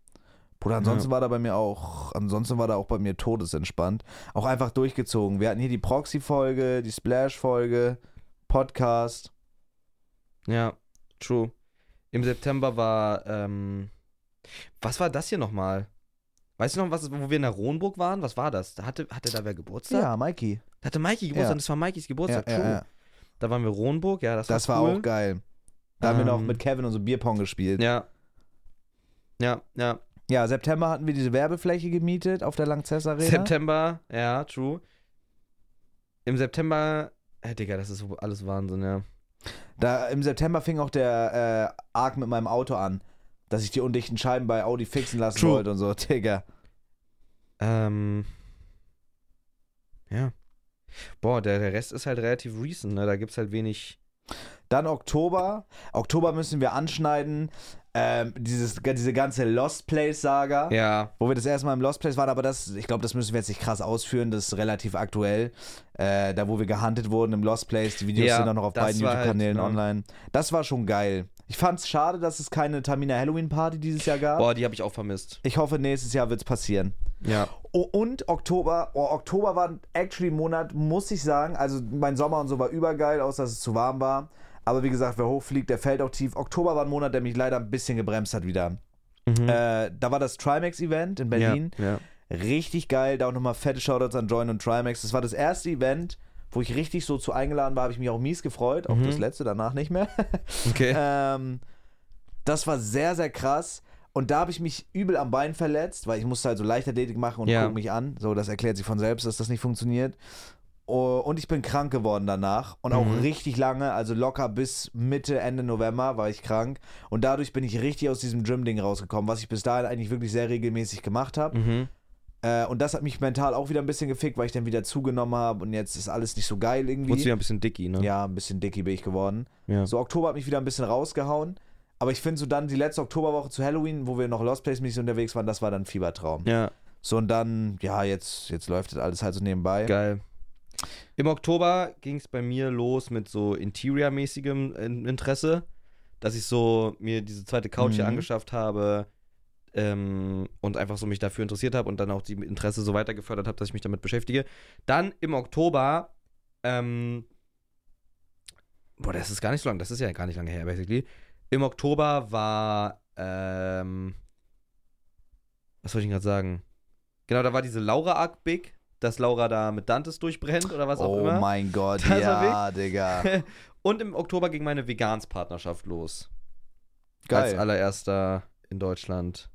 S1: Bruder, ansonsten war da bei mir auch, ansonsten war da auch bei mir todesentspannt. Auch einfach durchgezogen. Wir hatten hier die Proxy-Folge, die Splash-Folge, Podcast.
S2: Ja, true. Im September war, ähm, was war das hier nochmal? Weißt du noch, was, wo wir in der Ronburg waren? Was war das? Da hatte, hatte da wer Geburtstag?
S1: Ja, Mikey.
S2: Da hatte Mikey Geburtstag
S1: Ja.
S2: und das war Mikes
S1: Ja,
S2: Geburtstag,
S1: ja,
S2: true.
S1: ja.
S2: Da waren wir Ronburg, ja, das,
S1: Das
S2: war
S1: war
S2: cool.
S1: auch geil. Da haben wir noch
S2: Ähm.
S1: mit Kevin und so Bierpong gespielt. Ja.
S2: Ja. Ja, ja.
S1: September hatten wir diese Werbefläche gemietet auf der Lanxess Arena.
S2: September, ja, true. Im September, äh, Digga, das ist so alles Wahnsinn, ja.
S1: Da, Im September fing auch der äh, Arc mit meinem Auto an, dass ich die undichten Scheiben bei Audi fixen lassen
S2: True.
S1: wollte und so. Digga.
S2: Ähm. Ja. Boah, der, der Rest ist halt relativ recent, ne? Da gibt's halt wenig.
S1: Dann Oktober. Oktober müssen wir anschneiden. ähm, dieses, diese ganze Lost Place-Saga.
S2: Ja.
S1: Wo wir das erste Mal im Lost Place waren, aber das, ich glaube, das müssen wir jetzt nicht krass ausführen, das ist relativ aktuell. Äh, da, wo wir gehuntet wurden im Lost Place, die Videos
S2: Ja,
S1: sind auch noch auf
S2: das
S1: beiden
S2: war halt,
S1: YouTube-Kanälen
S2: ne.
S1: online. Das war schon geil. Ich fand's schade, dass es keine Tamina Halloween-Party dieses Jahr gab.
S2: Boah, die habe ich auch vermisst.
S1: Ich hoffe, nächstes Jahr wird's passieren.
S2: Ja.
S1: Oh, und Oktober, oh, Oktober war actually ein Monat, muss ich sagen. Also mein Sommer und so war übergeil, außer dass es zu warm war. Aber wie gesagt, wer hochfliegt, der fällt auch tief. Oktober war ein Monat, der mich leider ein bisschen gebremst hat wieder. Äh, da war das Trimax-Event in Berlin.
S2: Ja.
S1: Richtig geil. Da auch nochmal fette Shoutouts an Join und Trimax. Das war das erste Event, wo ich richtig so zu eingeladen war, habe ich mich auch mies gefreut. Auch das letzte danach nicht mehr.
S2: Okay.
S1: Ähm, das war sehr, sehr krass. Und da habe ich mich übel am Bein verletzt, weil ich musste halt so Leichtathletik machen und
S2: Ja.
S1: guck mich an. So, das erklärt sich von selbst, dass das nicht funktioniert. Oh, Und ich bin krank geworden danach und auch
S2: Mhm.
S1: richtig lange, also locker bis Mitte, Ende November war ich krank. Und dadurch bin ich richtig aus diesem Gym-Ding rausgekommen, was ich bis dahin eigentlich wirklich sehr regelmäßig gemacht habe.
S2: Mhm.
S1: Äh, und das hat mich mental auch wieder ein bisschen gefickt, weil ich dann wieder zugenommen habe und jetzt ist alles nicht so geil irgendwie.
S2: Wurdest du ja ein bisschen dicky, ne?
S1: Ja, ein bisschen dicky bin ich geworden.
S2: Ja.
S1: So Oktober hat mich wieder ein bisschen rausgehauen. Aber ich finde so dann die letzte Oktoberwoche zu Halloween, wo wir noch Lost Place-mäßig unterwegs waren, das war dann Fiebertraum.
S2: ja.
S1: So und dann, ja, jetzt, jetzt läuft das alles halt so nebenbei.
S2: Geil. Im Oktober ging es bei mir los mit so Interior-mäßigem äh, Interesse, dass ich so mir diese zweite Couch hier
S1: Mhm.
S2: angeschafft habe ähm, und einfach so mich dafür interessiert habe und dann auch die Interesse so weiter gefördert habe, dass ich mich damit beschäftige. Dann im Oktober, ähm, boah, das ist gar nicht so lang, das ist ja gar nicht lange her, basically. Im Oktober war, ähm, was wollte ich gerade sagen? Genau, da war diese Laura Arc Big, dass Laura da mit Dantes durchbrennt oder was auch
S1: oh
S2: immer.
S1: mein Gott,
S2: Das war
S1: ja, Digga.
S2: Und im Oktober ging meine Vegans-Partnerschaft los. Als
S1: Geil.
S2: allererster in Deutschland.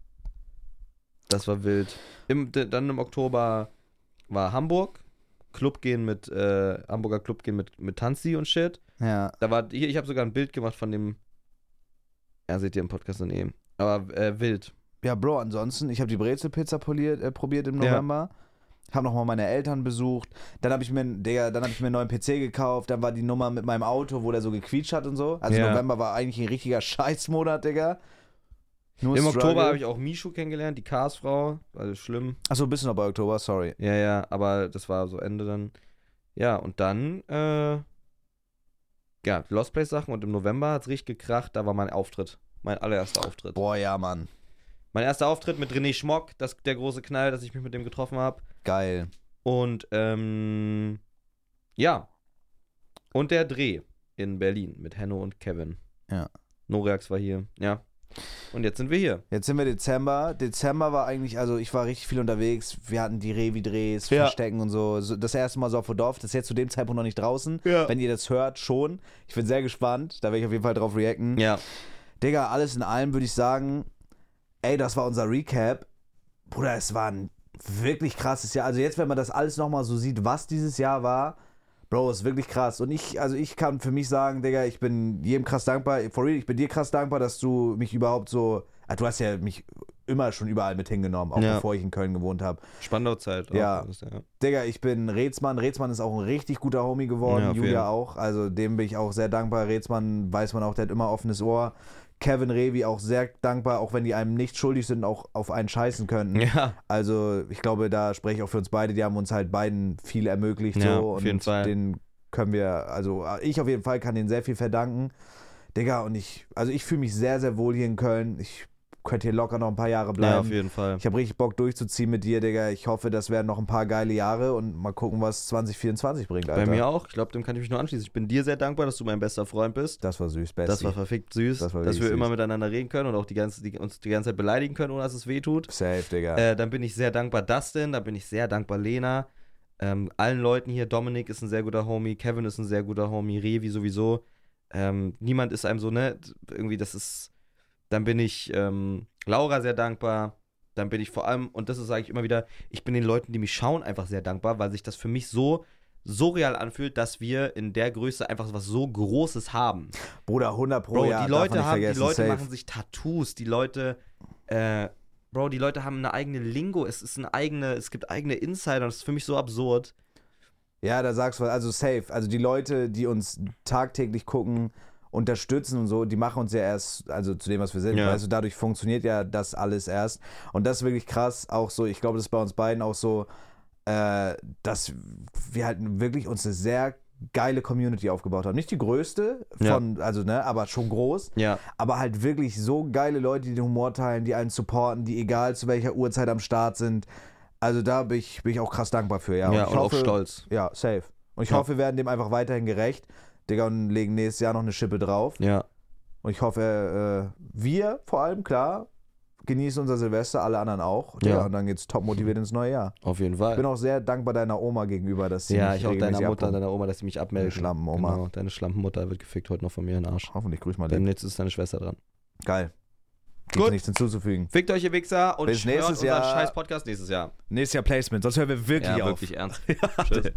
S2: Das war wild. Im, d- dann im Oktober war Hamburg. Club gehen mit, äh, Hamburger Club gehen mit, mit Tanzi und shit.
S1: Ja.
S2: Da war, hier, ich habe sogar ein Bild gemacht von dem. Ja, seht ihr im Podcast dann eben. Aber äh, wild.
S1: ja, Bro, ansonsten, ich habe die Brezelpizza poliert, äh, probiert im
S2: Ja.
S1: November. Hab Habe nochmal meine Eltern besucht. Dann habe ich mir, Digga, dann habe ich mir einen neuen PC gekauft. Dann war die Nummer mit meinem Auto, wo der so gequietscht hat und so. Also
S2: Ja.
S1: November war eigentlich ein richtiger Scheißmonat, Digga. Nur
S2: Im Oktober
S1: Struggle.
S2: habe ich auch Mishu kennengelernt, die Karsfrau. War schlimm.
S1: Achso, bist du noch bei Oktober, sorry.
S2: Ja, ja, aber das war so Ende dann. Ja, und dann, äh, ja, Lost Place Sachen und im November hat es richtig gekracht, da war mein Auftritt. Mein allererster Auftritt.
S1: Boah, ja, Mann.
S2: Mein erster Auftritt mit René Schmock, das, der große Knall, dass ich mich mit dem getroffen habe.
S1: Geil.
S2: Und, ähm, ja. Und der Dreh in Berlin mit Hanno und Kevin.
S1: Ja.
S2: Noreax war hier, ja. Und jetzt sind wir hier.
S1: Jetzt sind wir Dezember. Dezember war eigentlich, also ich war richtig viel unterwegs. Wir hatten die Revi-Drehs,
S2: Ja.
S1: Verstecken und so. So, Das erste Mal so auf Dorf. Das ist jetzt zu dem Zeitpunkt noch nicht draußen.
S2: Ja.
S1: Wenn ihr das hört, schon. Ich bin sehr gespannt. Da werde ich auf jeden Fall drauf reacten.
S2: Ja.
S1: Digga, alles in allem würde ich sagen, ey, das war unser Recap. Bruder, es war ein wirklich krasses Jahr. Also jetzt, wenn man das alles nochmal so sieht, was dieses Jahr war, Bro, ist wirklich krass. Und ich, also ich kann für mich sagen, Digga, ich bin jedem krass dankbar, for real, ich bin dir krass dankbar, dass du mich überhaupt so, ah, du hast ja mich immer schon überall mit hingenommen, auch
S2: Ja.
S1: bevor ich in Köln gewohnt habe.
S2: Spandau-Zeit. auch.
S1: Ja.
S2: Das ist ja.
S1: Digga, ich bin Rätsmann. Rätsmann ist auch ein richtig guter Homie geworden.
S2: Ja, auf jeden.
S1: Julia auch. Also dem bin ich auch sehr dankbar. Rätsmann weiß man auch, der hat immer offenes Ohr. Kevin Revi auch sehr dankbar, auch wenn die einem nicht schuldig sind, auch auf einen scheißen könnten.
S2: Ja.
S1: Also ich glaube, da spreche ich auch für uns beide. Die haben uns halt beiden viel ermöglicht.
S2: Ja,
S1: so.
S2: auf
S1: Und
S2: jeden Fall.
S1: Den können wir, also ich auf jeden Fall kann denen sehr viel verdanken. Digga, und ich, also ich fühle mich sehr, sehr wohl hier in Köln. Ich könnte hier locker noch ein paar Jahre bleiben.
S2: ja, auf jeden Fall.
S1: Ich habe richtig Bock durchzuziehen mit dir, Digga. Ich hoffe, das werden noch ein paar geile Jahre und mal gucken, was 2024 bringt, Alter.
S2: Bei mir auch. Ich glaube, dem kann ich mich nur anschließen. Ich bin dir sehr dankbar, dass du mein bester Freund bist.
S1: Das war süß, Bestie.
S2: Das war verfickt süß,
S1: Das war
S2: dass wir
S1: wirklich
S2: immer
S1: süß.
S2: miteinander reden können und auch die ganze, die, uns die ganze Zeit beleidigen können, ohne dass es weh tut.
S1: Safe, Digga.
S2: Äh, dann bin ich sehr dankbar Dustin, dann bin ich sehr dankbar Lena, ähm, allen Leuten hier. Dominik ist ein sehr guter Homie, Kevin ist ein sehr guter Homie, Revi sowieso. Ähm, niemand ist einem so, ne? Irgendwie, das ist. Dann bin ich ähm, Laura sehr dankbar. Dann bin ich vor allem, und das sage ich immer wieder, ich bin den Leuten, die mich schauen, einfach sehr dankbar, weil sich das für mich so surreal anfühlt, dass wir in der Größe einfach was so Großes haben.
S1: Bruder, 100 pro
S2: Bro,
S1: Jahr. darf
S2: die
S1: man
S2: Leute
S1: nicht
S2: haben, die
S1: vergessen,
S2: Leute
S1: safe.
S2: machen sich Tattoos, die Leute, äh, Bro, die Leute haben eine eigene Lingo, es ist eine eigene, es gibt eigene Insider, das ist für mich so absurd.
S1: Ja, da sagst du was. Also safe. Also die Leute, die uns tagtäglich gucken unterstützen und so, die machen uns ja erst, also zu dem, was wir sind,
S2: Ja.
S1: weißt du, dadurch funktioniert ja das alles erst. Und das ist wirklich krass, auch so, ich glaube, das ist bei uns beiden auch so, äh, dass wir halt wirklich uns eine sehr geile Community aufgebaut haben. Nicht die größte
S2: Ja.
S1: von, also ne, aber schon groß.
S2: Ja.
S1: Aber halt wirklich so geile Leute, die den Humor teilen, die einen supporten, die egal zu welcher Uhrzeit am Start sind. Also da bin ich, bin ich auch krass dankbar für, ja.
S2: Ja,
S1: ich
S2: und auch stolz.
S1: Ja, safe. Und ich
S2: Ja.
S1: hoffe, wir werden dem einfach weiterhin gerecht. Digga, und legen nächstes Jahr noch eine Schippe drauf.
S2: Ja.
S1: Und ich hoffe, äh, wir vor allem, klar, genießen unser Silvester, alle anderen auch. Digga,
S2: Ja.
S1: Und dann geht's top motiviert ins neue Jahr.
S2: Auf jeden
S1: Ich bin
S2: Fall.
S1: auch sehr dankbar deiner Oma gegenüber, dass sie
S2: Ja,
S1: mich
S2: ich auch deiner
S1: regelmäßig
S2: Mutter,
S1: abholt.
S2: deiner Genau. Oma, dass sie mich abmelden.
S1: Deine Schlampenoma.
S2: Genau, deine Schlampenmutter wird gefickt heute noch von mir in den Arsch.
S1: Hoffentlich grüß mal den.
S2: Demnächst ist deine Schwester dran.
S1: Geil. Gibt's
S2: Gut.
S1: nichts hinzuzufügen.
S2: Fickt euch, ihr Wichser, und
S1: Bis
S2: hört
S1: nächstes
S2: unseren
S1: Jahr.
S2: scheiß Podcast nächstes Jahr.
S4: Nächstes Jahr Placement, sonst hören wir wirklich
S2: ja,
S4: auf.
S2: wirklich ernst. Tschüss.